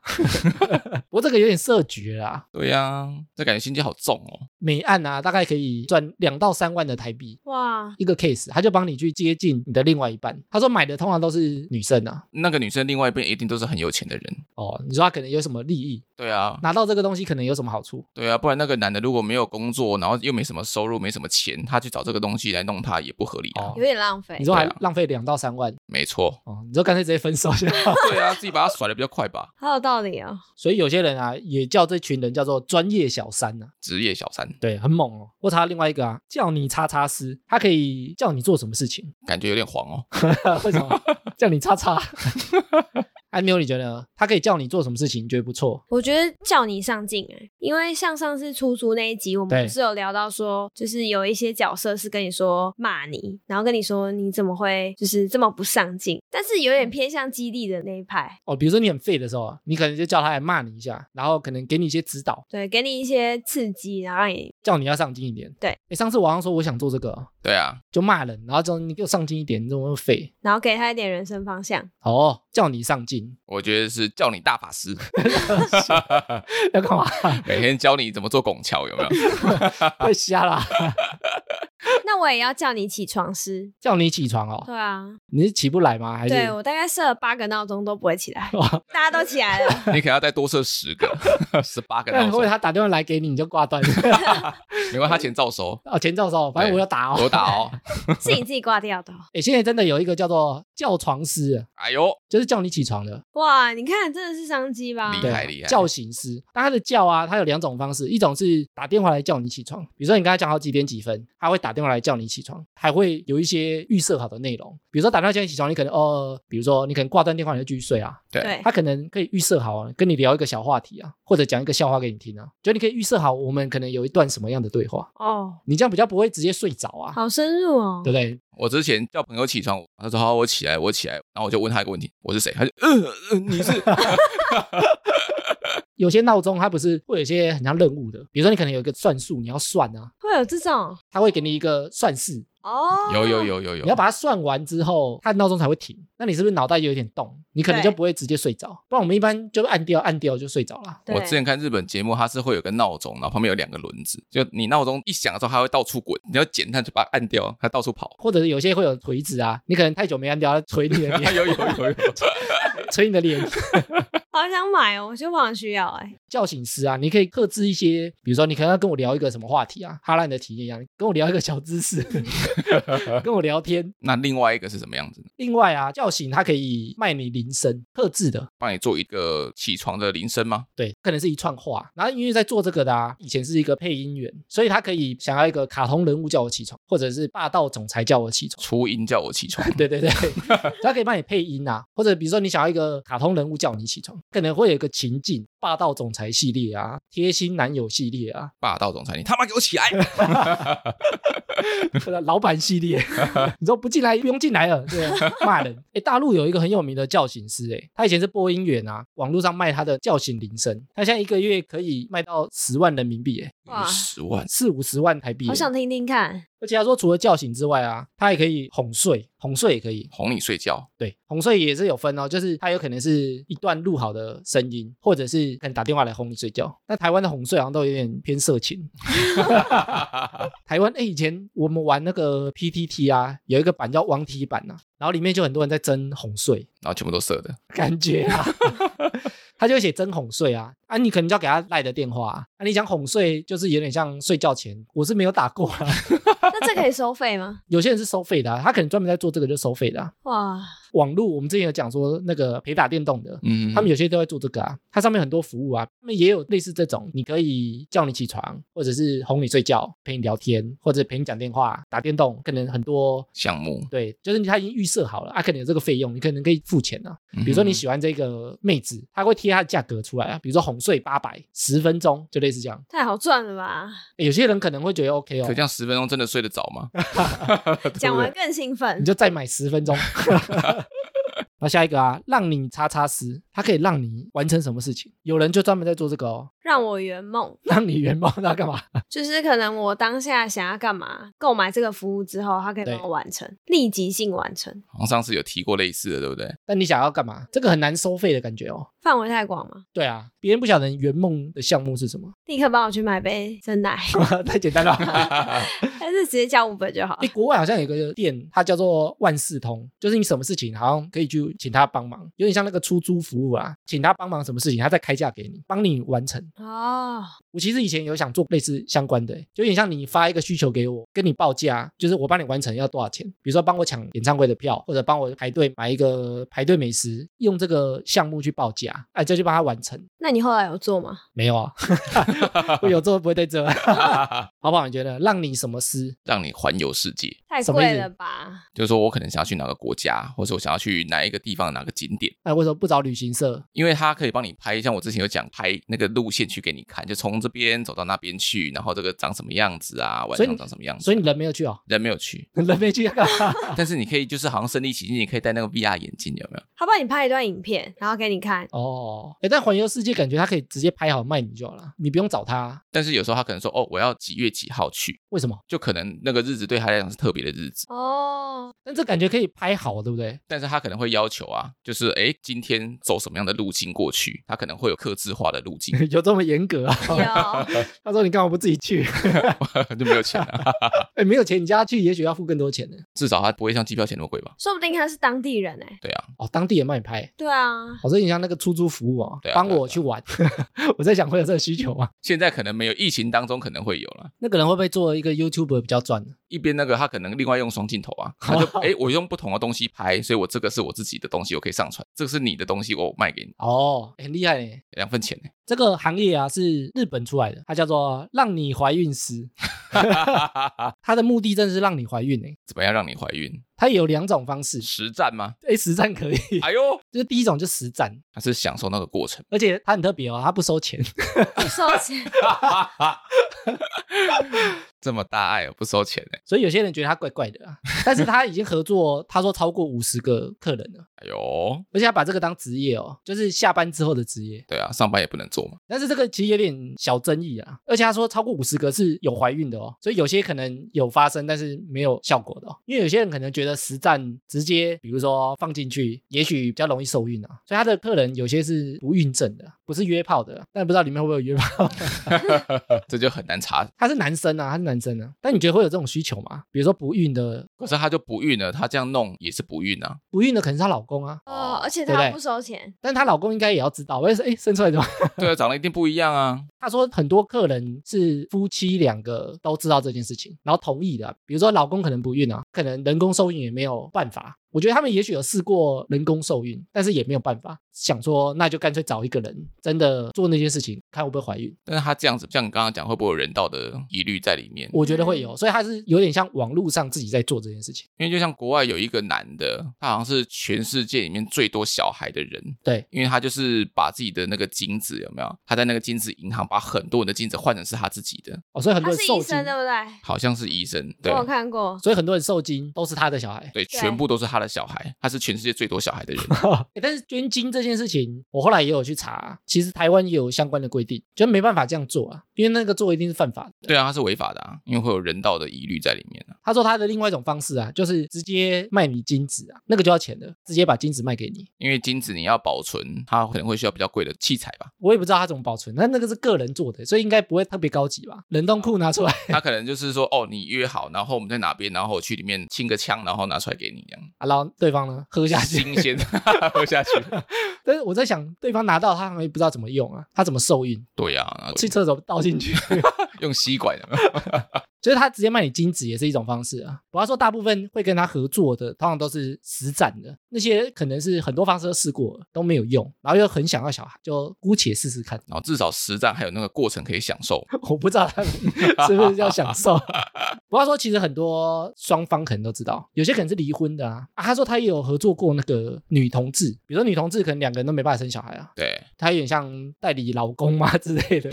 Speaker 1: 不过这个有点设局啦、
Speaker 2: 对呀、这感觉心机好重哦。
Speaker 1: 每案啊大概可以赚两到三万的台币，
Speaker 2: 哦
Speaker 3: 哇，
Speaker 1: 一个 case，他就帮你去接近你的另外一半。他说买的通常都是女生啊，
Speaker 2: 那个女生另外一边一定都是很有钱的人。
Speaker 1: 哦，你说他可能有什么利益，
Speaker 2: 对啊，
Speaker 1: 拿到这个东西可能有什么好处？
Speaker 2: 对啊，不然那个男的如果没有工作，然后又没什么收入，没什么钱，他去找这个东西来弄他也不合理啊。
Speaker 1: 哦
Speaker 3: 有点浪费
Speaker 1: 你。说还
Speaker 2: 对啊
Speaker 1: 浪费两到三万，
Speaker 2: 没错
Speaker 1: 哦，你说干脆直接分手就好。
Speaker 2: 对啊，自己把他甩的比较快吧。
Speaker 3: 好有道理哦。
Speaker 1: 所以有些人啊，也叫这群人叫做专业小三呐、啊，
Speaker 2: 职业小三，
Speaker 1: 对，很猛哦。或者他另外一个啊，叫你叉叉师，他可以叫你做什么事情？
Speaker 2: 感觉有点黄哦。
Speaker 1: 为什么叫你叉 叉？安妞，你觉得呢他可以叫你做什么事情？你觉得不错？
Speaker 3: 我觉得叫你上镜哎、因为像上次出租那一集，我
Speaker 1: 对
Speaker 3: 们不是有聊到说，就是有一些角色是跟你说骂你，然后跟你说你怎么会就是这么不上进，但是有
Speaker 1: 嗯
Speaker 3: 点偏向激励的那一派，
Speaker 1: 哦，比如说你很废的时候啊，你可能就叫他来骂你一下，然后可能给你一些指导，
Speaker 3: 对，给你一些刺激，然后让你
Speaker 1: 叫你要上进一点。
Speaker 3: 对
Speaker 1: 诶，上次我好像说我想做这个，
Speaker 2: 对啊，
Speaker 1: 就骂人，然后就你给我上进一点，你怎么那么废？
Speaker 3: 然后给他一点人生方向，
Speaker 1: 哦，叫你上进
Speaker 2: 我觉得是叫你大法 师，
Speaker 1: 要干嘛？
Speaker 2: 每天教你怎么做拱桥，有没有？
Speaker 1: 会瞎啦。
Speaker 3: 那那我也要叫你起床师。
Speaker 1: 叫你起床哦，
Speaker 3: 对啊，
Speaker 1: 你是起不来吗？还是哦
Speaker 3: 对我大概设了八个闹钟都不会起来，大家都起来了。
Speaker 2: 你可能要再多设十个、十八个
Speaker 1: 那
Speaker 2: 闹
Speaker 1: 如果
Speaker 2: 钟，
Speaker 1: 哎他打电话来给你，你就挂断 了。
Speaker 2: 没关系，他钱照收，
Speaker 1: 哦，前照手，反正我要打哦。
Speaker 2: 我打哦。
Speaker 3: 是你自己挂掉的哦、
Speaker 1: 哎，现在真的有一个叫做叫床师，
Speaker 2: 哎呦，
Speaker 1: 就是叫你起床的，
Speaker 3: 哇，你看真的是商机吧？
Speaker 2: 厉
Speaker 1: 对啊
Speaker 2: 害，厉害
Speaker 1: 叫醒师。那他的叫啊，他有两种方式，一种是打电话来叫你起床，比如说你跟他讲好几点几分，他会打电话来叫你起床，还会有一些预设好的内容，比如说打电话叫你起床，你可能哦，比如说你可能挂断电话你就继续睡啊，
Speaker 3: 对
Speaker 1: 他可能可以预设好啊跟你聊一个小话题啊，或者讲一个笑话给你听啊，就你可以预设好我们可能有一段什么样的对话，
Speaker 3: 哦，
Speaker 1: 你这样比较不会直接睡着啊，
Speaker 3: 好深入哦。
Speaker 1: 对不对？
Speaker 2: 我之前叫朋友起床，他说好，我起来，我起来，然后我就问他一个问题，我是谁？他就嗯、呃，你是？，
Speaker 1: 有些闹钟它不是会有一些很像任务的，比如说你可能有一个算术你要算啊，
Speaker 3: 会有这种
Speaker 1: 它会给你一个算式，
Speaker 3: 哦
Speaker 2: 有有有有有，
Speaker 1: 你要把它算完之后，它的闹钟才会停。那你是不是脑袋有一点动？你可能
Speaker 3: 对
Speaker 1: 就不会直接睡着。不然我们一般就按掉按掉就睡着了。
Speaker 3: 对
Speaker 2: 我之前看日本节目，它是会有个闹钟，然后旁边有两个轮子，就你闹钟一响的时候，它会到处滚，你要捡它就把它按掉，它到处 跑。
Speaker 1: 或者是有些会有锤子啊，你可能太久没按掉，它捶你的 脸，
Speaker 2: 有有有有，
Speaker 1: 捶你的脸。
Speaker 3: 好想买哦，我觉得我好像需要哎、
Speaker 1: 叫醒师啊，你可以克制一些，比如说你可能要跟我聊一个什么话题啊，哈拉你的体验一样，跟我聊一个小知识，跟我聊天。
Speaker 2: 那另外一个是什么样子呢？
Speaker 1: 另外啊，叫醒它可以卖你铃声，特制的，
Speaker 2: 帮你做一个起床的铃声吗？
Speaker 1: 对，可能是一串话。然后因为在做这个的啊，以前是一个配音员，所以他可以想要一个卡通人物叫我起床，或者是霸道总裁叫我起床。，
Speaker 2: 初音叫我起床
Speaker 1: 对对对，他可以帮你配音啊，或者比如说你想要一个卡通人物叫你起床，可能会有一个情境，霸道总裁系列啊，贴心男友系列啊，
Speaker 2: 霸道总裁，你他妈给我起来！
Speaker 1: 老板系列，你说不进来不用进来了，对啊，骂人。哎、大陆有一个很有名的叫醒师、诶哎，他以前是播音员啊，网络上卖他的叫醒铃声，他现在一个月可以卖到十万人民币、诶哎，
Speaker 3: 哇
Speaker 2: 十万，
Speaker 1: 四五十万台币、
Speaker 3: 好想听听 看。
Speaker 1: 而且他说，除了叫醒之外啊，他也可以哄睡，哄睡也可以。
Speaker 2: 哄你睡觉，
Speaker 1: 对，哄睡也是有分哦，就是他有可能是一段录好的声音，或者是可能打电话来哄你睡觉。那台湾的哄睡好像都有点偏色情。台湾哎、以前我们玩那个 PTT 啊，有一个版叫王体版呐、啊，然后里面就很多人在争哄睡，
Speaker 2: 然后全部都射的，
Speaker 1: 感觉啊， 他就会写真哄睡啊，啊，你可能就要给他赖的电话啊，啊你讲哄睡就是有点像睡觉前，我是没有打过啊。
Speaker 3: 那这可以收费吗？
Speaker 1: 有些人是收费的、啊，他可能专门在做这个就收费的、啊。
Speaker 3: 哇，
Speaker 1: 网络我们之前有讲说那个陪打电动的。
Speaker 2: 嗯，
Speaker 1: 他们有些都在做这个啊，它上面很多服务啊，他们也有类似这种，你可以叫你起床，或者是哄你睡觉，陪你聊天，或者陪你讲电话、打电动，可能很多
Speaker 2: 项目，
Speaker 1: 对，就是他已经预设好了啊，可能有这个费用，你可能可以付钱啊。
Speaker 2: 比
Speaker 1: 比如说你喜欢这个妹子，他会贴她的价格出来啊，比如说哄睡八百，十分钟就类似这样、
Speaker 3: 太好赚了吧！
Speaker 1: 诶有些人可能会觉得 OK 哦
Speaker 2: 可，这样十分钟真的睡得着 吗？
Speaker 3: 讲完更兴奋
Speaker 1: 你。就再买十分钟。 那下一个啊，让你叉叉师，它可以让你完成什么事情？有人就专门在做这个哦，
Speaker 3: 让我圆梦，
Speaker 1: 让你圆梦，那干嘛？
Speaker 3: 就是可能我当下想要干嘛，购买这个服务之后，它可以帮我完成，立即性完成，
Speaker 2: 好像上次有提过类似的，对不对？
Speaker 1: 但你想要干嘛？这个很难收费的感觉哦。
Speaker 3: 范围太广嘛，
Speaker 1: 对啊，别人不晓得你圆梦的项目是什么，
Speaker 3: 立刻帮我去买杯真奶，
Speaker 1: 太简单了。
Speaker 3: 还是直接叫 Uber 就好
Speaker 1: 哎、
Speaker 3: 了。
Speaker 1: 国外好像有个店，它叫做万事通，就是你什么事情好像可以去请他帮忙，有点像那个出租服务啊，请他帮忙什么事情，他再开价给你，帮你完成。
Speaker 3: 哦，
Speaker 1: 我其实以前有想做类似相关的、欸就有点像你发一个需求给我，跟你报价，就是我帮你完成要多少钱，比如说帮我抢演唱会的票，或者帮我排队买一个排队美食，用这个项目去报价，哎，这就帮他完成。
Speaker 3: 那你后来有做吗？
Speaker 1: 没有啊， 我有做不会对这， 好不好？你觉得让你什么事？
Speaker 2: 让你环游世界，
Speaker 3: 太
Speaker 1: 什么意思
Speaker 3: 贵了吧？
Speaker 2: 就是说我可能想要去哪个国家，或者我想要去哪一个地方哪个景点。
Speaker 1: 哎，为什么不找旅行社？
Speaker 2: 因为它可以帮你拍，像我之前有讲拍那个路线去给你看，就从这边走到那边去，然后这个长什么样子啊，晚
Speaker 1: 所以
Speaker 2: 上
Speaker 1: 你
Speaker 2: 长什么样子，
Speaker 1: 所以你人没有去哦，，
Speaker 2: 人没有去
Speaker 1: 人没去干嘛？
Speaker 2: 但是你可以就是好像身临其境，你可以戴那个 VR 眼镜，有没有？
Speaker 3: 他帮你拍一段影片，然后给你看，
Speaker 1: 哦，哎，但环游世界感觉他可以直接拍好卖你就好了，你不用找他。
Speaker 2: 但是有时候他可能说哦，我要几月几号去，
Speaker 1: 为什么？
Speaker 2: 就可能那个日子对他来讲是特别的日子。
Speaker 3: 哦，
Speaker 1: 但这感觉可以拍好，对不对？，
Speaker 2: 但是他可能会要求啊，就是诶，今天走什么样的路径过去，他可能会有克制化的路径
Speaker 1: 有这么严格啊？
Speaker 3: 有
Speaker 1: 他说你干嘛不自己去？
Speaker 2: 啊 就没有钱了、
Speaker 1: 哎、没有钱，你叫他去，也许要付更多钱呢。
Speaker 2: 至少他不会像机票钱那么贵吧？
Speaker 3: 说不定他是当地人哎、
Speaker 2: 对啊，
Speaker 1: 哦，当地人帮你拍。
Speaker 3: 对啊，
Speaker 1: 好，这你像那个出租服务哦
Speaker 2: 对，啊
Speaker 1: 帮
Speaker 2: 对啊
Speaker 1: 我去玩。 我在想会有这个需求吗？
Speaker 2: 现在可能没有，疫情当中可能会有了。
Speaker 1: 那个人会不会做一个 YouTuber 比较赚呢？
Speaker 2: 一边那个他可能另外用双镜头啊，他就诶，我用不同的东西拍，所以我这个是我自己的东西，我可以上传，这个是你的东西，我卖给你
Speaker 1: 哦，诶很厉害耶。
Speaker 2: 两份钱呢。
Speaker 1: 这个行业啊是日本出来的，它叫做“让你怀孕师”，它的目的正是让你怀孕诶。
Speaker 2: 怎么样让你怀孕？
Speaker 1: 它有两种方式，
Speaker 2: 实战吗？
Speaker 1: 诶，实战可以，
Speaker 2: 哎呦，
Speaker 1: 就是第一种就实战，
Speaker 2: 他是享受那个过程。
Speaker 1: 而且它很特别哦，它不收钱，
Speaker 3: 不收钱
Speaker 2: 这么大爱不收钱呢？
Speaker 1: 所以有些人觉得它怪怪的啊。 但是他已经合作，他说超过五十个客人了，
Speaker 2: 哎呦，
Speaker 1: 而且他把这个当职业哦，就是下班之后的职业。
Speaker 2: 对啊，上班也不能做嘛。
Speaker 1: 但是这个其实有点小争议啊，而且他说超过五十个是有怀孕的哦，所以有些可能有发生，但是没有效果的、哦，因为有些人可能觉得实战直接，比如说放进去，也许比较容易受孕啊，所以他的客人有些是不孕症的，不是约炮的，但不知道里面会不会有约炮。
Speaker 2: 这就很难查。
Speaker 1: 他是男生啊，他是男生啊，但你觉得会有这种需求吗？比如说不孕的，
Speaker 2: 可是他就不孕了，他这样弄也是不孕啊。
Speaker 1: 不孕的可能是她老公啊，
Speaker 3: 哦，而且
Speaker 1: 对不
Speaker 3: 他
Speaker 1: 对
Speaker 3: 不收钱，
Speaker 1: 但她老公应该也要知道，为什么哎生出来怎么？
Speaker 2: 对啊，长得一定不一样啊。
Speaker 1: 他说很多客人是夫妻两个都知道这件事情，然后同意的啊、比如说老公可能不孕啊，可能人工受孕也没有办法。我觉得他们也许有试过人工受孕，但是也没有办法，想说那就干脆找一个人真的做那件事情，看会不会怀孕。
Speaker 2: 但是他这样子，像你刚刚讲，会不会有人道的疑虑在里面？
Speaker 1: 我觉得会
Speaker 3: 嗯
Speaker 1: 有，所以他是有点像网络上自己在做这件事情。
Speaker 2: 因为就像国外有一个男的，他好像是全世界里面最多小孩的人，
Speaker 1: 对，
Speaker 2: 因为他就是把自己的那个精子有没有？他在那个精子银行把很多人的精子换成是他自己的，
Speaker 1: 哦，所以很
Speaker 3: 他
Speaker 1: 多
Speaker 3: 是
Speaker 1: 人受
Speaker 3: 医
Speaker 1: 精
Speaker 3: 生，对不对？
Speaker 2: 好像是医生，对
Speaker 3: 我有看过，
Speaker 1: 所以很多人受精都是他的小 孩。
Speaker 2: 对，全部都是他的小孩，他是全世界最多小孩的人。
Speaker 1: 欸但是捐精这件事情，我后来也有去查，其实台湾也有相关的规定，就没办法这样做啊，因为那个做一定是犯法的。
Speaker 2: 对啊，他是违法的啊，因为会有人道的疑虑在里面啊。
Speaker 1: 他说他的另外一种方式啊，就是直接卖你精子啊，那个就要钱的，直接把精子卖给你。
Speaker 2: 因为精子你要保存，它可能会需要比较贵的器材吧，
Speaker 1: 我也不知道他怎么保存，那那个是个人做的，所以应该不会特别高级吧？冷冻库拿出来
Speaker 2: 他可能就是说，哦，你约好，然后我们在哪边，然后我去里面清个枪，然后拿出来给你这样，
Speaker 1: 啊，然后对方呢喝下去。
Speaker 2: 新鲜 喝 下去。
Speaker 1: 但是我在想，对方拿到他好像也不知道怎么用啊，他怎么受孕？
Speaker 2: 对啊，然后
Speaker 1: 去厕所倒进去，
Speaker 2: 用吸管有没有
Speaker 1: 就是他直接卖你精子也是一种方式啊。我要说，大部分会跟他合作的，通常都是实战的，那些可能是很多方式都试过了都没有用，然后又很想要小孩，就姑且试试看。
Speaker 2: 然后至少实战还有那个过程可以享受。
Speaker 1: 我不知道他们 是不是要享受。我要说，其实很多双方可能都知道，有些可能是离婚的啊。啊他说他也有合作过那个女同志，比如说女同志可能两个人都没办法生小孩啊，
Speaker 2: 对，
Speaker 1: 他有点像代理老公嘛 之类的。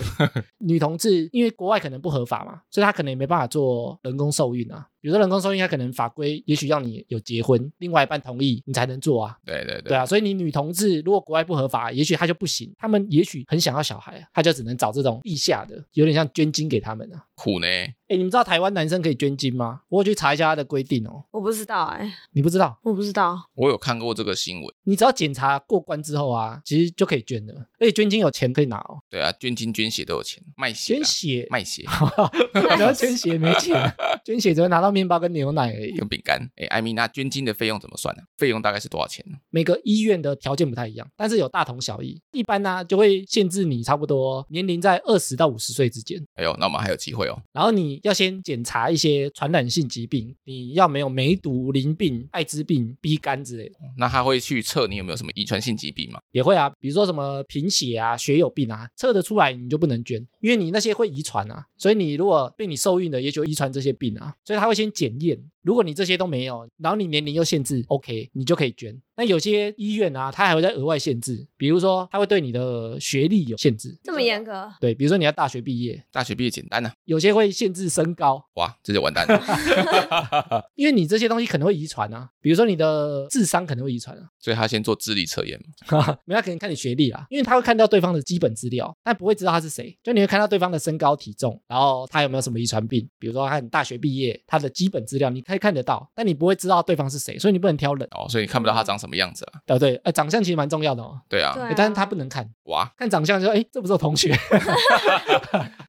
Speaker 1: 女同志因为国外可能不合法嘛，所以她可能也没办法做人工受孕啊。比如说人工受孕，它可能法规也许要你有结婚，另外一半同意你才能做啊。
Speaker 2: 对对对，
Speaker 1: 对啊，所以你女同志如果国外不合法，也许她就不行。他们也许很想要小孩，啊她就只能找这种地下的，有点像捐精给他们啊。
Speaker 2: 苦呢。
Speaker 1: 哎，你们知道台湾男生可以捐精吗？我有去查一下他的规定哦。
Speaker 3: 我不知道哎、
Speaker 1: 你不知道，
Speaker 3: 我不知道，
Speaker 2: 我有看过这个新闻，
Speaker 1: 你只要检查过关之后啊，其实就可以捐的，而且捐精有钱可以拿哦。
Speaker 2: 对啊，捐精捐血都有钱，卖血啊、
Speaker 1: 捐血，
Speaker 2: 卖血
Speaker 1: 然后捐血 没钱，捐血只会拿到面包跟牛奶而已。
Speaker 2: 跟饼干。哎，艾米娜捐精的费用怎么算呢、费用大概是多少钱呢？
Speaker 1: 每个医院的条件不太一样，但是有大同小异。一般呢、啊就会限制你差不多年龄在二十到五十岁之间。
Speaker 2: 哎呦，那我们还有机会哦。
Speaker 1: 然后你要先检查一些传染性疾病，你要没有梅毒、淋病、艾滋病、B 肝之类的，
Speaker 2: 那他会去测你有没有什么遗传性疾病吗？
Speaker 1: 也会啊，比如说什么贫血啊、血友病啊，测得出来你就不能捐，因为你那些会遗传啊，所以你如果被你受孕的，也许会遗传这些病啊，所以他会先检验，如果你这些都没有，然后你年龄又限制，OK，你就可以捐。那有些医院啊，它还会再额外限制，比如说它会对你的学历有限制，
Speaker 3: 这么严格，
Speaker 1: 对，比如说你要大学毕业，
Speaker 2: 大学毕业简单呐、啊
Speaker 1: 有些会限制身高，
Speaker 2: 哇，这就完 蛋了。
Speaker 1: 因为你这些东西可能会遗传啊，比如说你的智商可能会遗传啊，
Speaker 2: 所以他先做智力测验嘛，
Speaker 1: 没有他可能看你学历啊啦，因为他会看到对方的基本资料，但不会知道他是谁。就你会看到对方的身高体重，然后他有没有什么遗传病，比如说他很大学毕业，他的基本资料你可以看得到，但你不会知道对方是谁，所以你不能挑人。
Speaker 2: 哦，所以你看不到他长什么样子啊。
Speaker 1: 哦，对，呃，长相其实蛮重要的哦，
Speaker 2: 对啊，
Speaker 3: 对
Speaker 1: 诶但是他不能看，
Speaker 2: 哇，
Speaker 1: 看长相就说，哎，这不是我同学。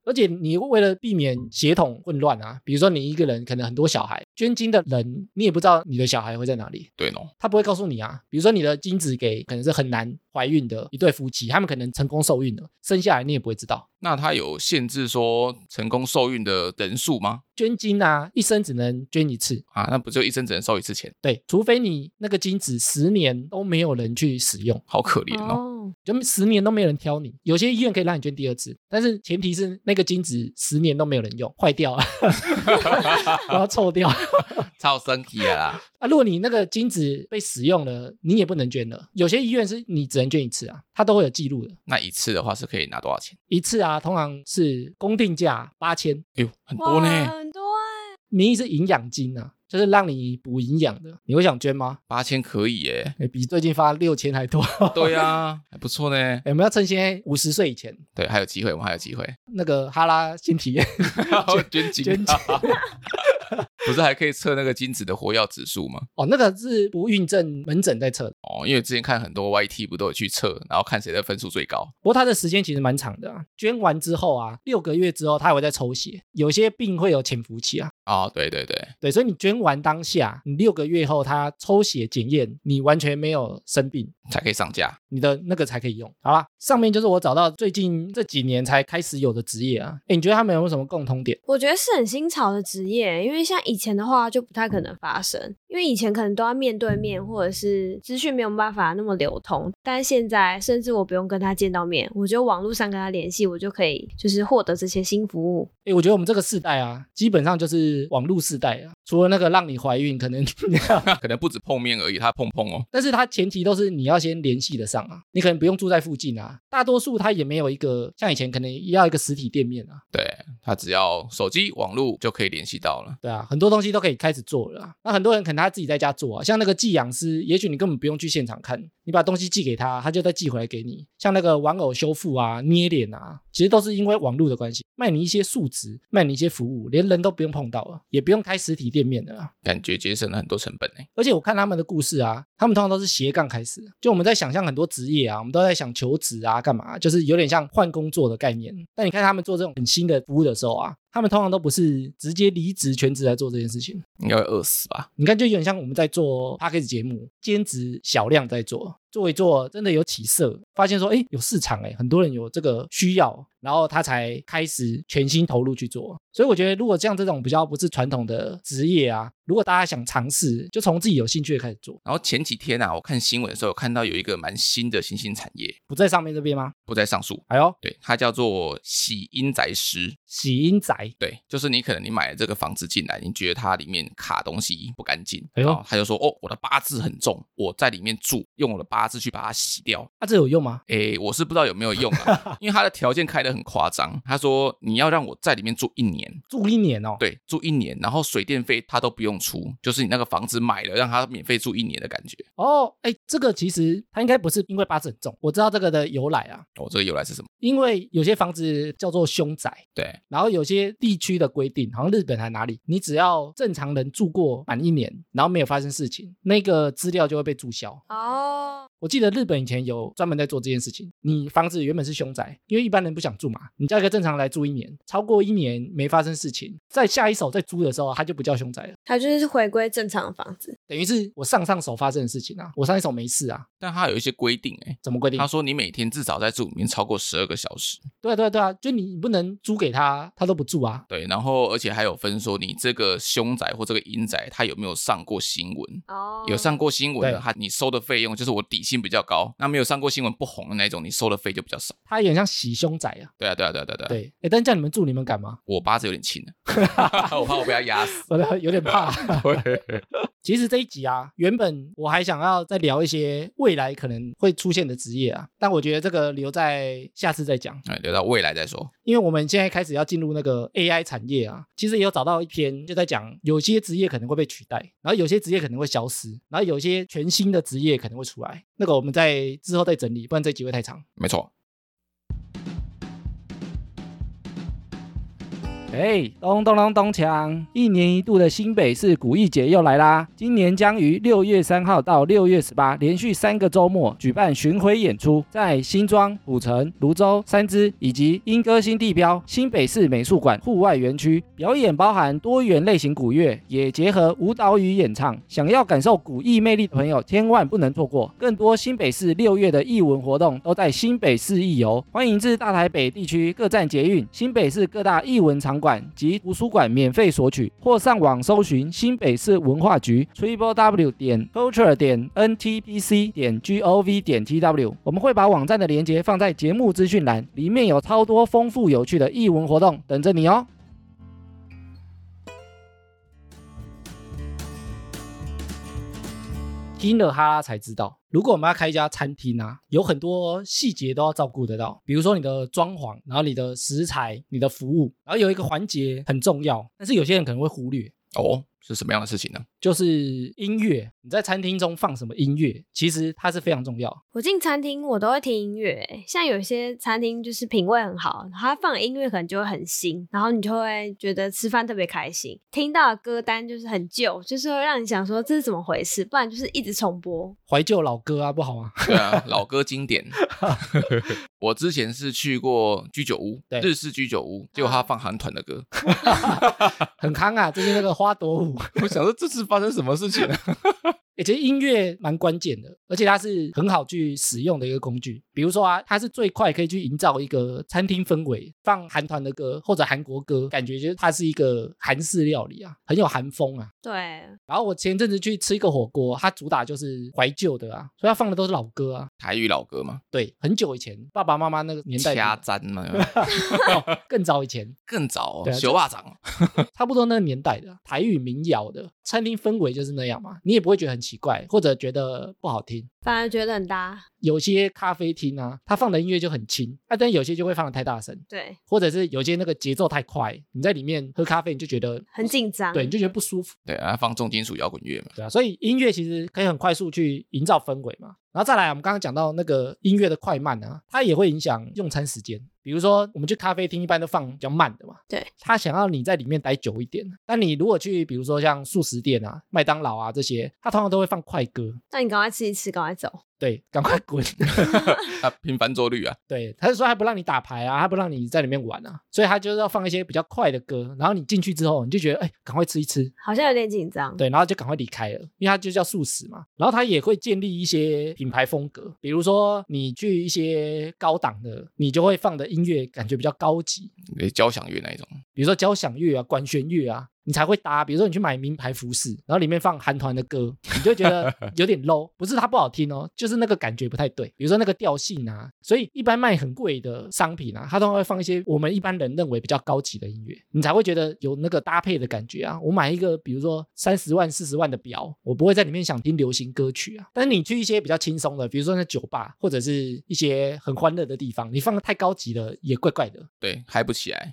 Speaker 1: 而且你为了避免血统混乱啊，比如说你一个人可能很多小孩，捐精的人你也不知道你的小孩会在哪里，
Speaker 2: 对哦，
Speaker 1: 他不会告诉你啊。比如说你的精子给可能是很难怀孕的一对夫妻，他们可能成功受孕了，生下来你也不会知道。
Speaker 2: 那他有限制说成功受孕的人数吗？
Speaker 1: 捐精啊，一生只能捐一次，
Speaker 2: 啊，那不就一生只能受一次钱，
Speaker 1: 对，除非你那个精子十年都没有人去使用，
Speaker 2: 好可怜哦。
Speaker 3: 哦，
Speaker 1: 就十年都没有人挑你。有些医院可以让你捐第二次，但是前提是那个精子十年都没有人用，坏掉了， 然后臭掉。
Speaker 2: 超生气了啦！
Speaker 1: 啊，如果你那个精子被使用了，你也不能捐了。有些医院是你只能捐一次啊，它都会有记录的。
Speaker 2: 那一次的话是可以拿多少钱？
Speaker 1: 一次啊，通常是公定价八千，
Speaker 2: 哎呦，很多
Speaker 3: 哇，
Speaker 2: 呢，
Speaker 3: 很多啊，
Speaker 1: 名义是营养金啊，就是让你补营养的。你会想捐吗？
Speaker 2: 八千可以耶。
Speaker 1: 诶比最近发六千还多。
Speaker 2: 对啊，还不错呢。
Speaker 1: 诶我们要趁现在五十岁以前，
Speaker 2: 对，还有机会，我们还有机会。
Speaker 1: 那个哈拉新体验，
Speaker 2: 捐精，啊
Speaker 1: 捐精
Speaker 2: 不是还可以测那个精子的活跃指数吗？
Speaker 1: 哦，那个是不孕症门诊在测的，
Speaker 2: 哦，因为之前看很多 YT 不都有去测，然后看谁的分数最高。
Speaker 1: 不过它的时间其实蛮长的、啊。捐完之后啊，六个月之后它还会再抽血，有些病会有潜伏期啊。
Speaker 2: 哦，对对对，
Speaker 1: 对，所以你捐完当下，你六个月后它抽血检验，你完全没有生病，
Speaker 2: 才可以上架。
Speaker 1: 你的那个才可以用。好啦，上面就是我找到最近这几年才开始有的职业啊。哎，你觉得他们有没有什么共通点？
Speaker 3: 我觉得是很新潮的职业，因为像以前的话就不太可能发生，因为以前可能都要面对面，或者是资讯没有办法那么流通。但是现在，甚至我不用跟他见到面，我就网络上跟他联系，我就可以就是获得这些新服务。
Speaker 1: 哎，我觉得我们这个世代啊，基本上就是网络世代啊。除了那个让你怀孕，可能 你要，
Speaker 2: 可能不止碰面而已，他碰碰哦。
Speaker 1: 但是它前提都是你要先联系得上啊。你可能不用住在附近啊，大多数它也没有一个像以前可能要一个实体店面啊。
Speaker 2: 对他只要手机网络就可以联系到了。
Speaker 1: 对啊，很多东西都可以开始做了啊。那很多人可能他自己在家做啊，像那个寄养师，也许你根本不用去现场看，你把东西寄给他，他就再寄回来给你。像那个玩偶修复啊、捏脸啊，其实都是因为网络的关系，卖你一些数值，卖你一些服务，连人都不用碰到了，也不用开实体店面了啊。
Speaker 2: 感觉节省了很多成本呢。
Speaker 1: 而且我看他们的故事啊，他们通常都是斜杠开始。就我们在想象很多职业啊，我们都在想求职啊，干嘛，就是有点像换工作的概念。但你看他们做这种很新的服务的时候啊，他们通常都不是直接离职全职来做这件事情。
Speaker 2: 应该会饿死吧？
Speaker 1: 你看，就有点像我们在做 p a c k a g e 节目，兼职小量在做，做一做，真的有起色，发现说，哎，有市场，哎，很多人有这个需要，然后他才开始全心投入去做。所以我觉得，如果像这种比较不是传统的职业啊，如果大家想尝试，就从自己有兴趣的开始做。
Speaker 2: 然后前几天啊，我看新闻的时候，有看到有一个蛮新的新兴产业，
Speaker 1: 不在上面这边吗？
Speaker 2: 不再上述。
Speaker 1: 哎呦，
Speaker 2: 对，它叫做洗阴宅师。
Speaker 1: 洗阴宅，
Speaker 2: 对，就是你可能你买了这个房子进来，你觉得它里面卡东西不干净，
Speaker 1: 哎呦
Speaker 2: 然后他就说哦，我的八字很重，我在里面住，用我的八字去把它洗掉。
Speaker 1: 啊，这有用吗？
Speaker 2: 诶，我是不知道有没有用 啊，因为他的条件开得很夸张，他说你要让我在里面住一年。
Speaker 1: 住一年哦，
Speaker 2: 对，住一年，然后水电费他都不用出，就是你那个房子买了，让他免费住一年的感觉。
Speaker 1: 哦，哎，这个其实它应该不是因为八字很重，我知道这个的由来啊，
Speaker 2: 哦，这个由来是什么？
Speaker 1: 因为有些房子叫做凶宅，
Speaker 2: 对，
Speaker 1: 然后有些地区的规定，好像日本还哪里，你只要正常人住过满一年，然后没有发生事情，那个资料就会被注销。
Speaker 3: 哦，
Speaker 1: 我记得日本以前有专门在做这件事情。你房子原本是凶宅，因为一般人不想住嘛，你叫一个正常人来住一年，超过一年没发生事情，在下一手再租的时候，它就不叫凶宅了，
Speaker 3: 它就是回归正常的房子。
Speaker 1: 等于是我上上手发生的事情啊，我上一手没事啊，
Speaker 2: 但他有一些规定、诶，
Speaker 1: 怎么规定
Speaker 2: 他？说你每天至少在住里面超过十二个小时。
Speaker 1: 对啊对啊对啊，就你不能租给他，他都不住啊。
Speaker 2: 对，然后而且还有分说你这个凶宅或这个阴宅，他有没有上过新闻？
Speaker 3: 哦
Speaker 2: 有上过新闻的，
Speaker 1: 对
Speaker 2: 他你收的费用就是我底薪比较高，那没有上过新闻不红的那种，你收的费就比较少。
Speaker 1: 他有点像洗凶宅啊。
Speaker 2: 对啊，对啊，对啊，对啊，对啊
Speaker 1: 对，哎，但是叫你们住，你们敢吗？
Speaker 2: 啊 我八字有点轻了，我怕我被他压死。
Speaker 1: 啊我有点怕。
Speaker 2: 对
Speaker 1: 其实这一集啊，原本我还想要再聊一些未来可能会出现的职业啊，但我觉得这个留在下次再讲，
Speaker 2: 哎，留到未来再说。
Speaker 1: 因为我们现在开始要进入那个 AI 产业啊，其实也有找到一篇就在讲有些职业可能会被取代，然后有些职业可能会消失，然后有些全新的职业可能会出来。那个我们在之后再整理，不然这集会太长。
Speaker 2: 没错，
Speaker 1: 哎，咚咚咚咚锵！一年一度的新北市古艺节又来啦！今年将于六月三号到六月十八，连续三个周末举办巡回演出，在新庄、古城、泸州、三芝以及莺歌新地标新北市美术馆户外园区。表演包含多元类型古乐，也结合舞蹈与演唱。想要感受古艺魅力的朋友，千万不能错过！更多新北市六月的艺文活动都在新北市艺游，欢迎至大台北地区各站捷运、新北市各大艺文场馆及图书馆免费索取，或上网搜寻新北市文化局 triple w 点 culture 点 ntpc 点 gov 点 tw。我们会把网站的链接放在节目资讯栏，里面有超多丰富有趣的艺文活动等着你哦。听了哈拉才知道，如果我们要开一家餐厅啊，有很多细节都要照顾得到，比如说你的装潢，然后你的食材、你的服务，然后有一个环节很重要，但是有些人可能会忽略，
Speaker 2: 哦，是什么样的事情呢？
Speaker 1: 就是音乐。你在餐厅中放什么音乐，其实它是非常重要。
Speaker 3: 我进餐厅我都会听音乐、欸，像有些餐厅就是品味很好，然后它放的音乐可能就会很新，然后你就会觉得吃饭特别开心。听到的歌单就是很旧，就是会让你想说这是怎么回事，不然就是一直重播。
Speaker 1: 怀旧老歌啊，不好吗？
Speaker 2: 对啊，老歌经典。我之前是去过居酒屋
Speaker 1: 对，
Speaker 2: 日式居酒屋，结果他放韩团的歌，
Speaker 1: 很康啊，最近那个花朵舞，
Speaker 2: 我想说这次发生什么事情啊 了？
Speaker 1: 欸，其实音乐蛮关键的，而且它是很好去使用的一个工具。比如说啊，它是最快可以去营造一个餐厅氛围，放韩团的歌或者韩国歌，感觉就是它是一个韩式料理啊，很有韩风啊。
Speaker 3: 对，
Speaker 1: 然后我前阵子去吃一个火锅，它主打就是怀旧的啊，所以它放的都是老歌啊。
Speaker 2: 台语老歌嘛，
Speaker 1: 对，很久以前，爸爸妈妈那个年代，哦
Speaker 2: 掐簪 嘛，
Speaker 1: 更早以前，
Speaker 2: 更早
Speaker 1: 啊对
Speaker 2: 哦
Speaker 1: 啊
Speaker 2: 小袜掌，
Speaker 1: 差不多那个年代的台语民谣的餐厅氛围就是那样嘛，你也不会觉得很奇怪，或者觉得不好听。
Speaker 3: 反而觉得很搭。
Speaker 1: 有些咖啡厅啊，它放的音乐就很轻，啊，但有些就会放的太大声，
Speaker 3: 对，
Speaker 1: 或者是有些那个节奏太快，你在里面喝咖啡你就觉得
Speaker 3: 很紧张。
Speaker 1: 对，你就觉得不舒服，
Speaker 2: 对，啊他放重金属摇滚乐嘛，
Speaker 1: 对啊，所以音乐其实可以很快速去营造氛围嘛。然后再来，啊我们刚刚讲到那个音乐的快慢啊，它也会影响用餐时间。比如说，我们去咖啡厅一般都放比较慢的嘛，
Speaker 3: 对，
Speaker 1: 他想要你在里面待久一点。但你如果去，比如说像素食店啊、麦当劳啊这些，它通常都会放快歌，
Speaker 3: 那你赶快吃一吃，赶快走。
Speaker 1: 对，赶快滚。
Speaker 2: 他拼翻桌率啊，
Speaker 1: 对，他就说他不让你打牌啊，他不让你在里面玩啊，所以他就是要放一些比较快的歌，然后你进去之后，你就觉得哎，赶快吃一吃，
Speaker 3: 好像有点紧张。
Speaker 1: 对，然后就赶快离开了，因为它就叫素食嘛。然后它也会建立一些品牌风格，比如说你去一些高档的，你就会放的音乐感觉比较高级，
Speaker 2: 交响乐那一种，
Speaker 1: 比如说交响乐啊、管弦乐啊，你才会搭。比如说你去买名牌服饰，然后里面放韩团的歌，你就觉得有点 low。不是它不好听哦，就是那个感觉不太对。比如说那个调性啊，所以一般卖很贵的商品啊，它都会放一些我们一般人认为比较高级的音乐，你才会觉得有那个搭配的感觉啊。我买一个比如说三十万、四十万的表，我不会在里面想听流行歌曲啊。但是你去一些比较轻松的，比如说那酒吧或者是一些很欢乐的地方，你放的太高级了也怪怪的。
Speaker 2: 对，嗨不 起来，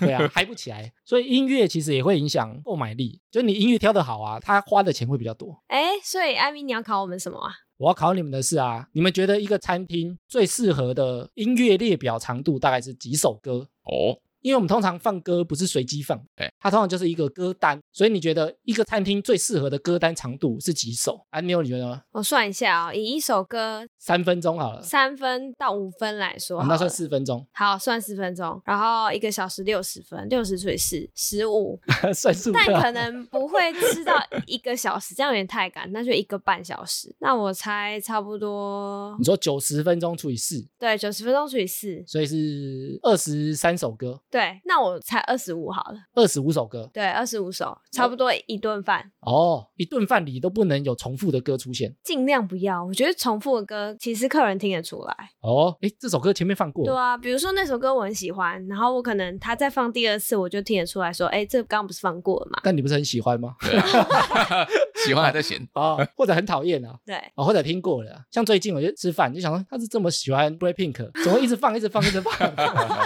Speaker 1: 对啊，嗨不起来。所以音乐其实也会影响购买力，就你音乐挑得好啊，他花的钱会比较多。
Speaker 3: 哎，所以艾米，你要考我们什么啊？
Speaker 1: 我要考你们的是啊，你们觉得一个餐厅最适合的音乐列表长度大概是几首歌？
Speaker 2: 哦，
Speaker 1: 因为我们通常放歌不是随机放，
Speaker 2: 对，
Speaker 1: 它通常就是一个歌单，所以你觉得一个餐厅最适合的歌单长度是几首？安妞你觉得呢？
Speaker 3: 我算一下哦，以一首歌
Speaker 1: 三分钟好了，
Speaker 3: 三分到五分来说
Speaker 1: 我
Speaker 3: 好
Speaker 1: 们呃哦
Speaker 3: 了，
Speaker 1: 那算四分钟，
Speaker 3: 好，算十分钟，然后一个小时六十分，六十除以四，十五，
Speaker 1: 算数
Speaker 3: 但
Speaker 1: 课
Speaker 3: 可能不会吃到一个小时，这样有点太赶，那就一个半小时。那我猜差不多
Speaker 1: 你，说九十分钟除以四，
Speaker 3: 对，九十分钟除以四，
Speaker 1: 所以是二十三首歌，
Speaker 3: 对，那我猜二十五好了，
Speaker 1: 二十五首歌。
Speaker 3: 对，二十五首，差不多一顿饭，
Speaker 1: 哦，一顿饭里都不能有重复的歌出现。
Speaker 3: 尽量不要。我觉得重复的歌，其实客人听得出来。
Speaker 1: 哦，哎，这首歌前面放过，
Speaker 3: 对啊，比如说那首歌我很喜欢，然后我可能他再放第二次，我就听得出来说，哎、这刚刚不是放过了吗？
Speaker 1: 但你不是很喜欢吗？，
Speaker 2: 对啊， 喜欢还在嫌
Speaker 1: 哦， 或者很讨厌啊，
Speaker 3: 对，
Speaker 1: 哦，或者听过了。像最近我就吃饭，就想说他是这么喜欢 Blackpink，怎么一直放一直放一直放，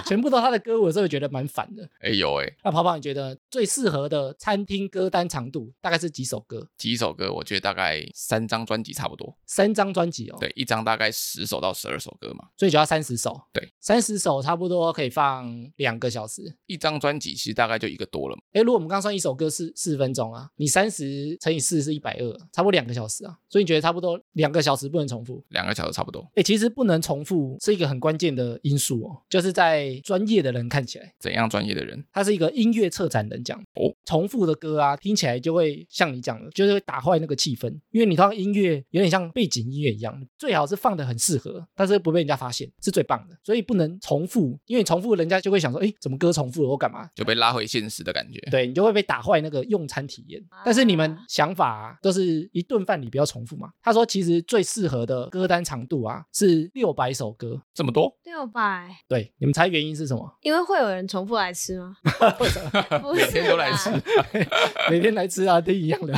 Speaker 1: 全部都他的歌，我有时候觉得蛮烦的。
Speaker 2: 哎有哎，
Speaker 1: 那跑跑，你觉得最适合的餐厅歌单长度大概是几首歌？
Speaker 2: 几首歌我觉得大概三张专辑差不多，
Speaker 1: 三张专辑哦，，
Speaker 2: 对，一张大概十首到十二首歌嘛，
Speaker 1: 所以就要三十首。
Speaker 2: 对，
Speaker 1: 三十首差不多可以放两个小时。
Speaker 2: 一张专辑其实大概就一个多了嘛，
Speaker 1: 哎，如果我们刚刚算一首歌是四十分钟啊，你三十乘以四是一百二，差不多两个小时啊。所以你觉得差不多两个小时不能重复？
Speaker 2: 两个小时差不多。
Speaker 1: 哎，其实不能重复是一个很关键的因素哦，就是在专业的人看起来。
Speaker 2: 怎样专业的人？
Speaker 1: 他是一个音乐策展人讲
Speaker 2: 哦，
Speaker 1: 重复的歌啊，听起来就会像你讲的，就是会打坏那个气氛，因为你通常音乐有点像背景音乐一样，最好是放的很适合，但是不被人家发现是最棒的，所以不能重复，因为重复人家就会想说，哎，怎么歌重复了，我干嘛？
Speaker 2: 就被拉回现实的感觉。
Speaker 1: 对你就会被打坏那个用餐体验。但是你们想法、啊、都是一顿饭里不要重复嘛。他说，其实最适合的歌单长度啊是六百首歌。
Speaker 2: 这么多，
Speaker 3: 六百，
Speaker 1: 对，你们猜原因是什么？
Speaker 3: 因为会有人重复来吃 吗？不是
Speaker 2: 每天都来吃
Speaker 3: 吧，
Speaker 1: 每天来吃啊，都一样的。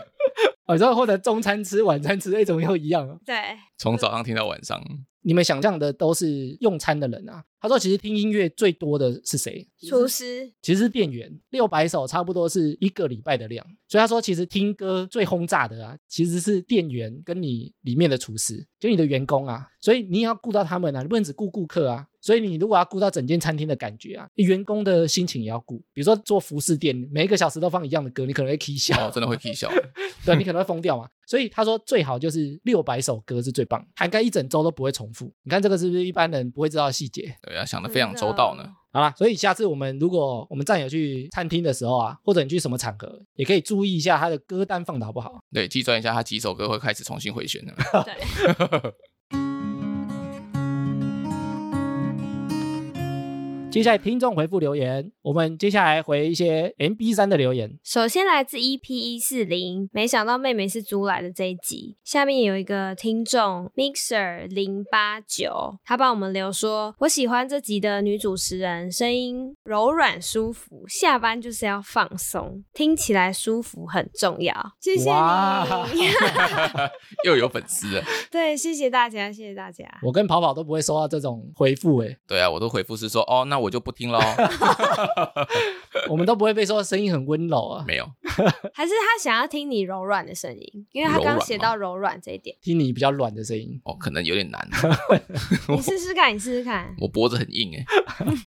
Speaker 1: 哦，然后或者中餐吃、晚餐吃，哎，怎么又一样啊？
Speaker 3: 对，
Speaker 2: 从早上听到晚 上，
Speaker 1: 你们想象的都是用餐的人啊。他说，其实听音乐最多的是谁？
Speaker 3: 厨师
Speaker 1: 其实是店员，六百首差不多是一个礼拜的量。所以他说，其实听歌最轰炸的啊，其实是店员跟你里面的厨师，就你的员工啊。所以你也要顾到他们啊，你不能只顾顾客啊。所以你如果要顾到整间餐厅的感觉啊，员工的心情也要顾。比如说做服饰店，每一个小时都放一样的歌，你可能会 k 笑。
Speaker 2: 哦，真的会 K 笑。
Speaker 1: 对啊你可能会疯掉嘛。所以他说最好就是六百首歌是最棒，涵盖一整周都不会重复。你看这个是不是一般人不会知道的细节？
Speaker 2: 对啊，想的非常周到呢。。
Speaker 1: 好啦，所以下次我们如果我们战友去餐厅的时候啊，或者你去什么场合，也可以注意一下他的歌单放的好不好。
Speaker 2: 对，计算一下他几首歌会开始重新回旋的。
Speaker 3: 真的嗯对，
Speaker 1: 接下来听众回复留言，我们接下来回一些 MB 三的留言。
Speaker 3: 首先来自 EP 一四零，没想到妹妹是租来的这一集。下面有一个听众 Mixer 零八九，他帮我们留说，我喜欢这集的女主持人，声音柔软舒服，下班就是要放松，听起来舒服很重要。谢谢
Speaker 1: 哇
Speaker 3: 你，
Speaker 2: 又有粉丝了。
Speaker 3: 对，谢谢大家，谢谢大家。
Speaker 1: 我跟跑跑都不会收到这种回复欸诶、
Speaker 2: 对啊，我都回复是说，哦，那我就不听喽。
Speaker 1: 我们都不会被说声音很温柔啊，
Speaker 2: 没有，
Speaker 3: 还是他想要听你柔软的声音，因为他
Speaker 2: 柔软
Speaker 3: 刚
Speaker 2: 吗
Speaker 3: 写到柔软这一点，
Speaker 1: 听你比较软的声音。
Speaker 2: 哦，可能有点难。
Speaker 3: 你试试看，你试试看。
Speaker 2: 我脖子很硬哎。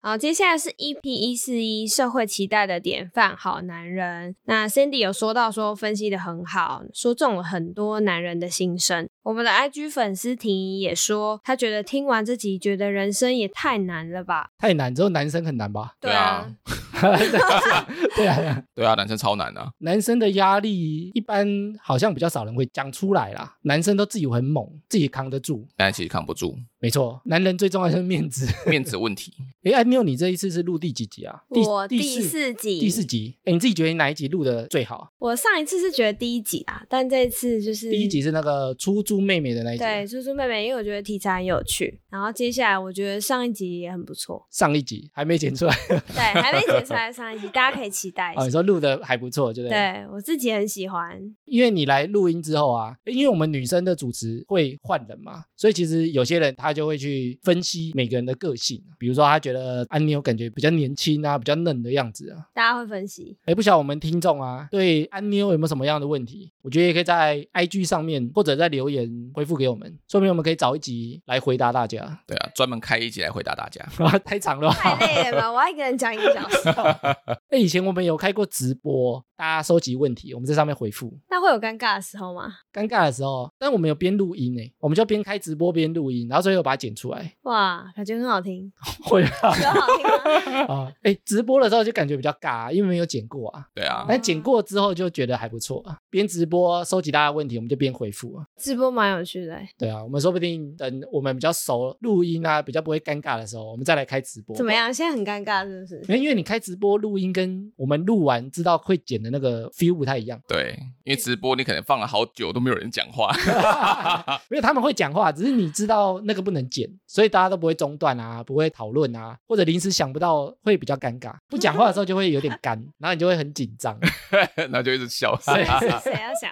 Speaker 3: 好，接下来是 EP 一四一社会期待的典范好男人。那 Cindy 有说到说分析的很好，说中了很多男人的心声。我们的 IG 粉丝婷宜也说，她觉得听完这集，觉得人生也太难了吧？
Speaker 1: 太难，只有男生很难吧？
Speaker 2: 对啊，
Speaker 1: 对啊，对啊。
Speaker 2: 对啊，男生超难啊。
Speaker 1: 男生的压力一般好像比较少人会讲出来啦，男生都自己很猛，自己扛得住。
Speaker 2: 但其实扛不住，
Speaker 1: 没错，男人最重要的是面子。
Speaker 2: 面子问题。
Speaker 1: 哎，安妞，你这一次是录第几集啊？第
Speaker 3: 我
Speaker 1: 第
Speaker 3: 第四集，
Speaker 1: 第四集。哎，你自己觉得哪一集录的最好啊？
Speaker 3: 我上一次是觉得第一集啊，但这一次就是
Speaker 1: 第一集是那个出租妹妹的那一集，，
Speaker 3: 对，猪猪妹妹，因为我觉得题材很有趣，然后接下来我觉得上一集也很不错
Speaker 1: 上一集还没剪出来
Speaker 3: 对，还没剪出来的上一集，大家可以期待一
Speaker 1: 哦。你说
Speaker 3: 下。
Speaker 1: 录的还不错，对不对？。
Speaker 3: 对我自己很喜欢，
Speaker 1: 因为你来录音之后啊，因为我们女生的主持会换人嘛，所以其实有些人他就会去分析每个人的个性，啊比如说他觉得安妞感觉比较年轻啊，比较嫩的样子啊，
Speaker 3: 大家会分析。
Speaker 1: 哎，不晓得我们听众啊，对安妞有没有什么样的问题？我觉得也可以在 IG 上面或者在留言回复给我们，说不定我们可以找一集来回答大家。
Speaker 2: 对啊，专门开一集来回答大家。
Speaker 1: 啊，太长了吧。
Speaker 3: 太累了吧？我要一个人讲一个小时，
Speaker 1: 哎，以前我们有开过直播，大家收集问题，我们在上面回复。
Speaker 3: 那会有尴尬的时候吗？
Speaker 1: 尴尬的时候，但我们有边录音呢，我们就边开直播边录音，然后最后把它剪出来。
Speaker 3: 哇，感觉很好听，
Speaker 1: 会啊，
Speaker 3: 有好听吗？
Speaker 1: 啊，哎，直播的时候就感觉比较尬、因为没有剪过啊。
Speaker 2: 对啊，，
Speaker 3: 哎
Speaker 1: 但剪过之后就觉得还不错啊，边直播收集大家的问题，我们就边回复啊。
Speaker 3: 直播蛮有趣的欸、
Speaker 1: 对啊，我们说不定等我们比较熟录音啊，比较不会尴尬的时候，我们再来开直播。
Speaker 3: 怎么？样？现在很尴尬是不是？
Speaker 1: 因为因为你开直播录音跟我们录完知道会剪的那个 feel 不太 一样
Speaker 2: 对，因为直播你可能放了好久都没有人讲话。
Speaker 1: 因为他们会讲话，只是你知道那个不不能剪，所以大家都不会中断啊，不会讨论啊，或者临时想不到会比较尴尬。不讲话的时候就会有点干，然后你就会很紧张。
Speaker 2: 然后就一直笑。
Speaker 1: 对
Speaker 3: 谁要想？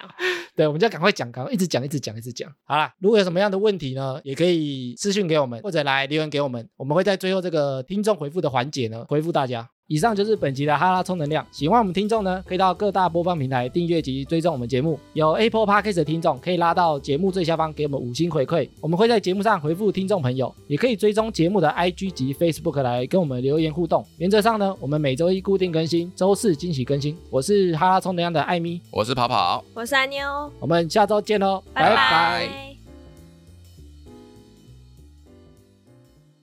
Speaker 1: 对，我们就要赶快讲，赶快一直讲，一直讲，一直讲。好啦，如果有什么样的问题呢，也可以私讯给我们，或者来留言给我们，我们会在最后这个听众回复的环节呢回复大家。以上就是本集的哈拉充能量。喜欢我们听众呢，可以到各大播放平台订阅及追踪我们节目。有 Apple Podcast 的听众可以拉到节目最下方给我们五星回馈，我们会在节目上回复听众朋友。也可以追踪节目的 IG 及 Facebook 来跟我们留言互动。原则上呢，我们每周一固定更新，周四惊喜更新。我是哈拉充能量的艾米，
Speaker 2: 我是跑跑，
Speaker 3: 我是安妞，
Speaker 1: 我们下周见喽，
Speaker 3: 拜
Speaker 1: 拜
Speaker 2: 拜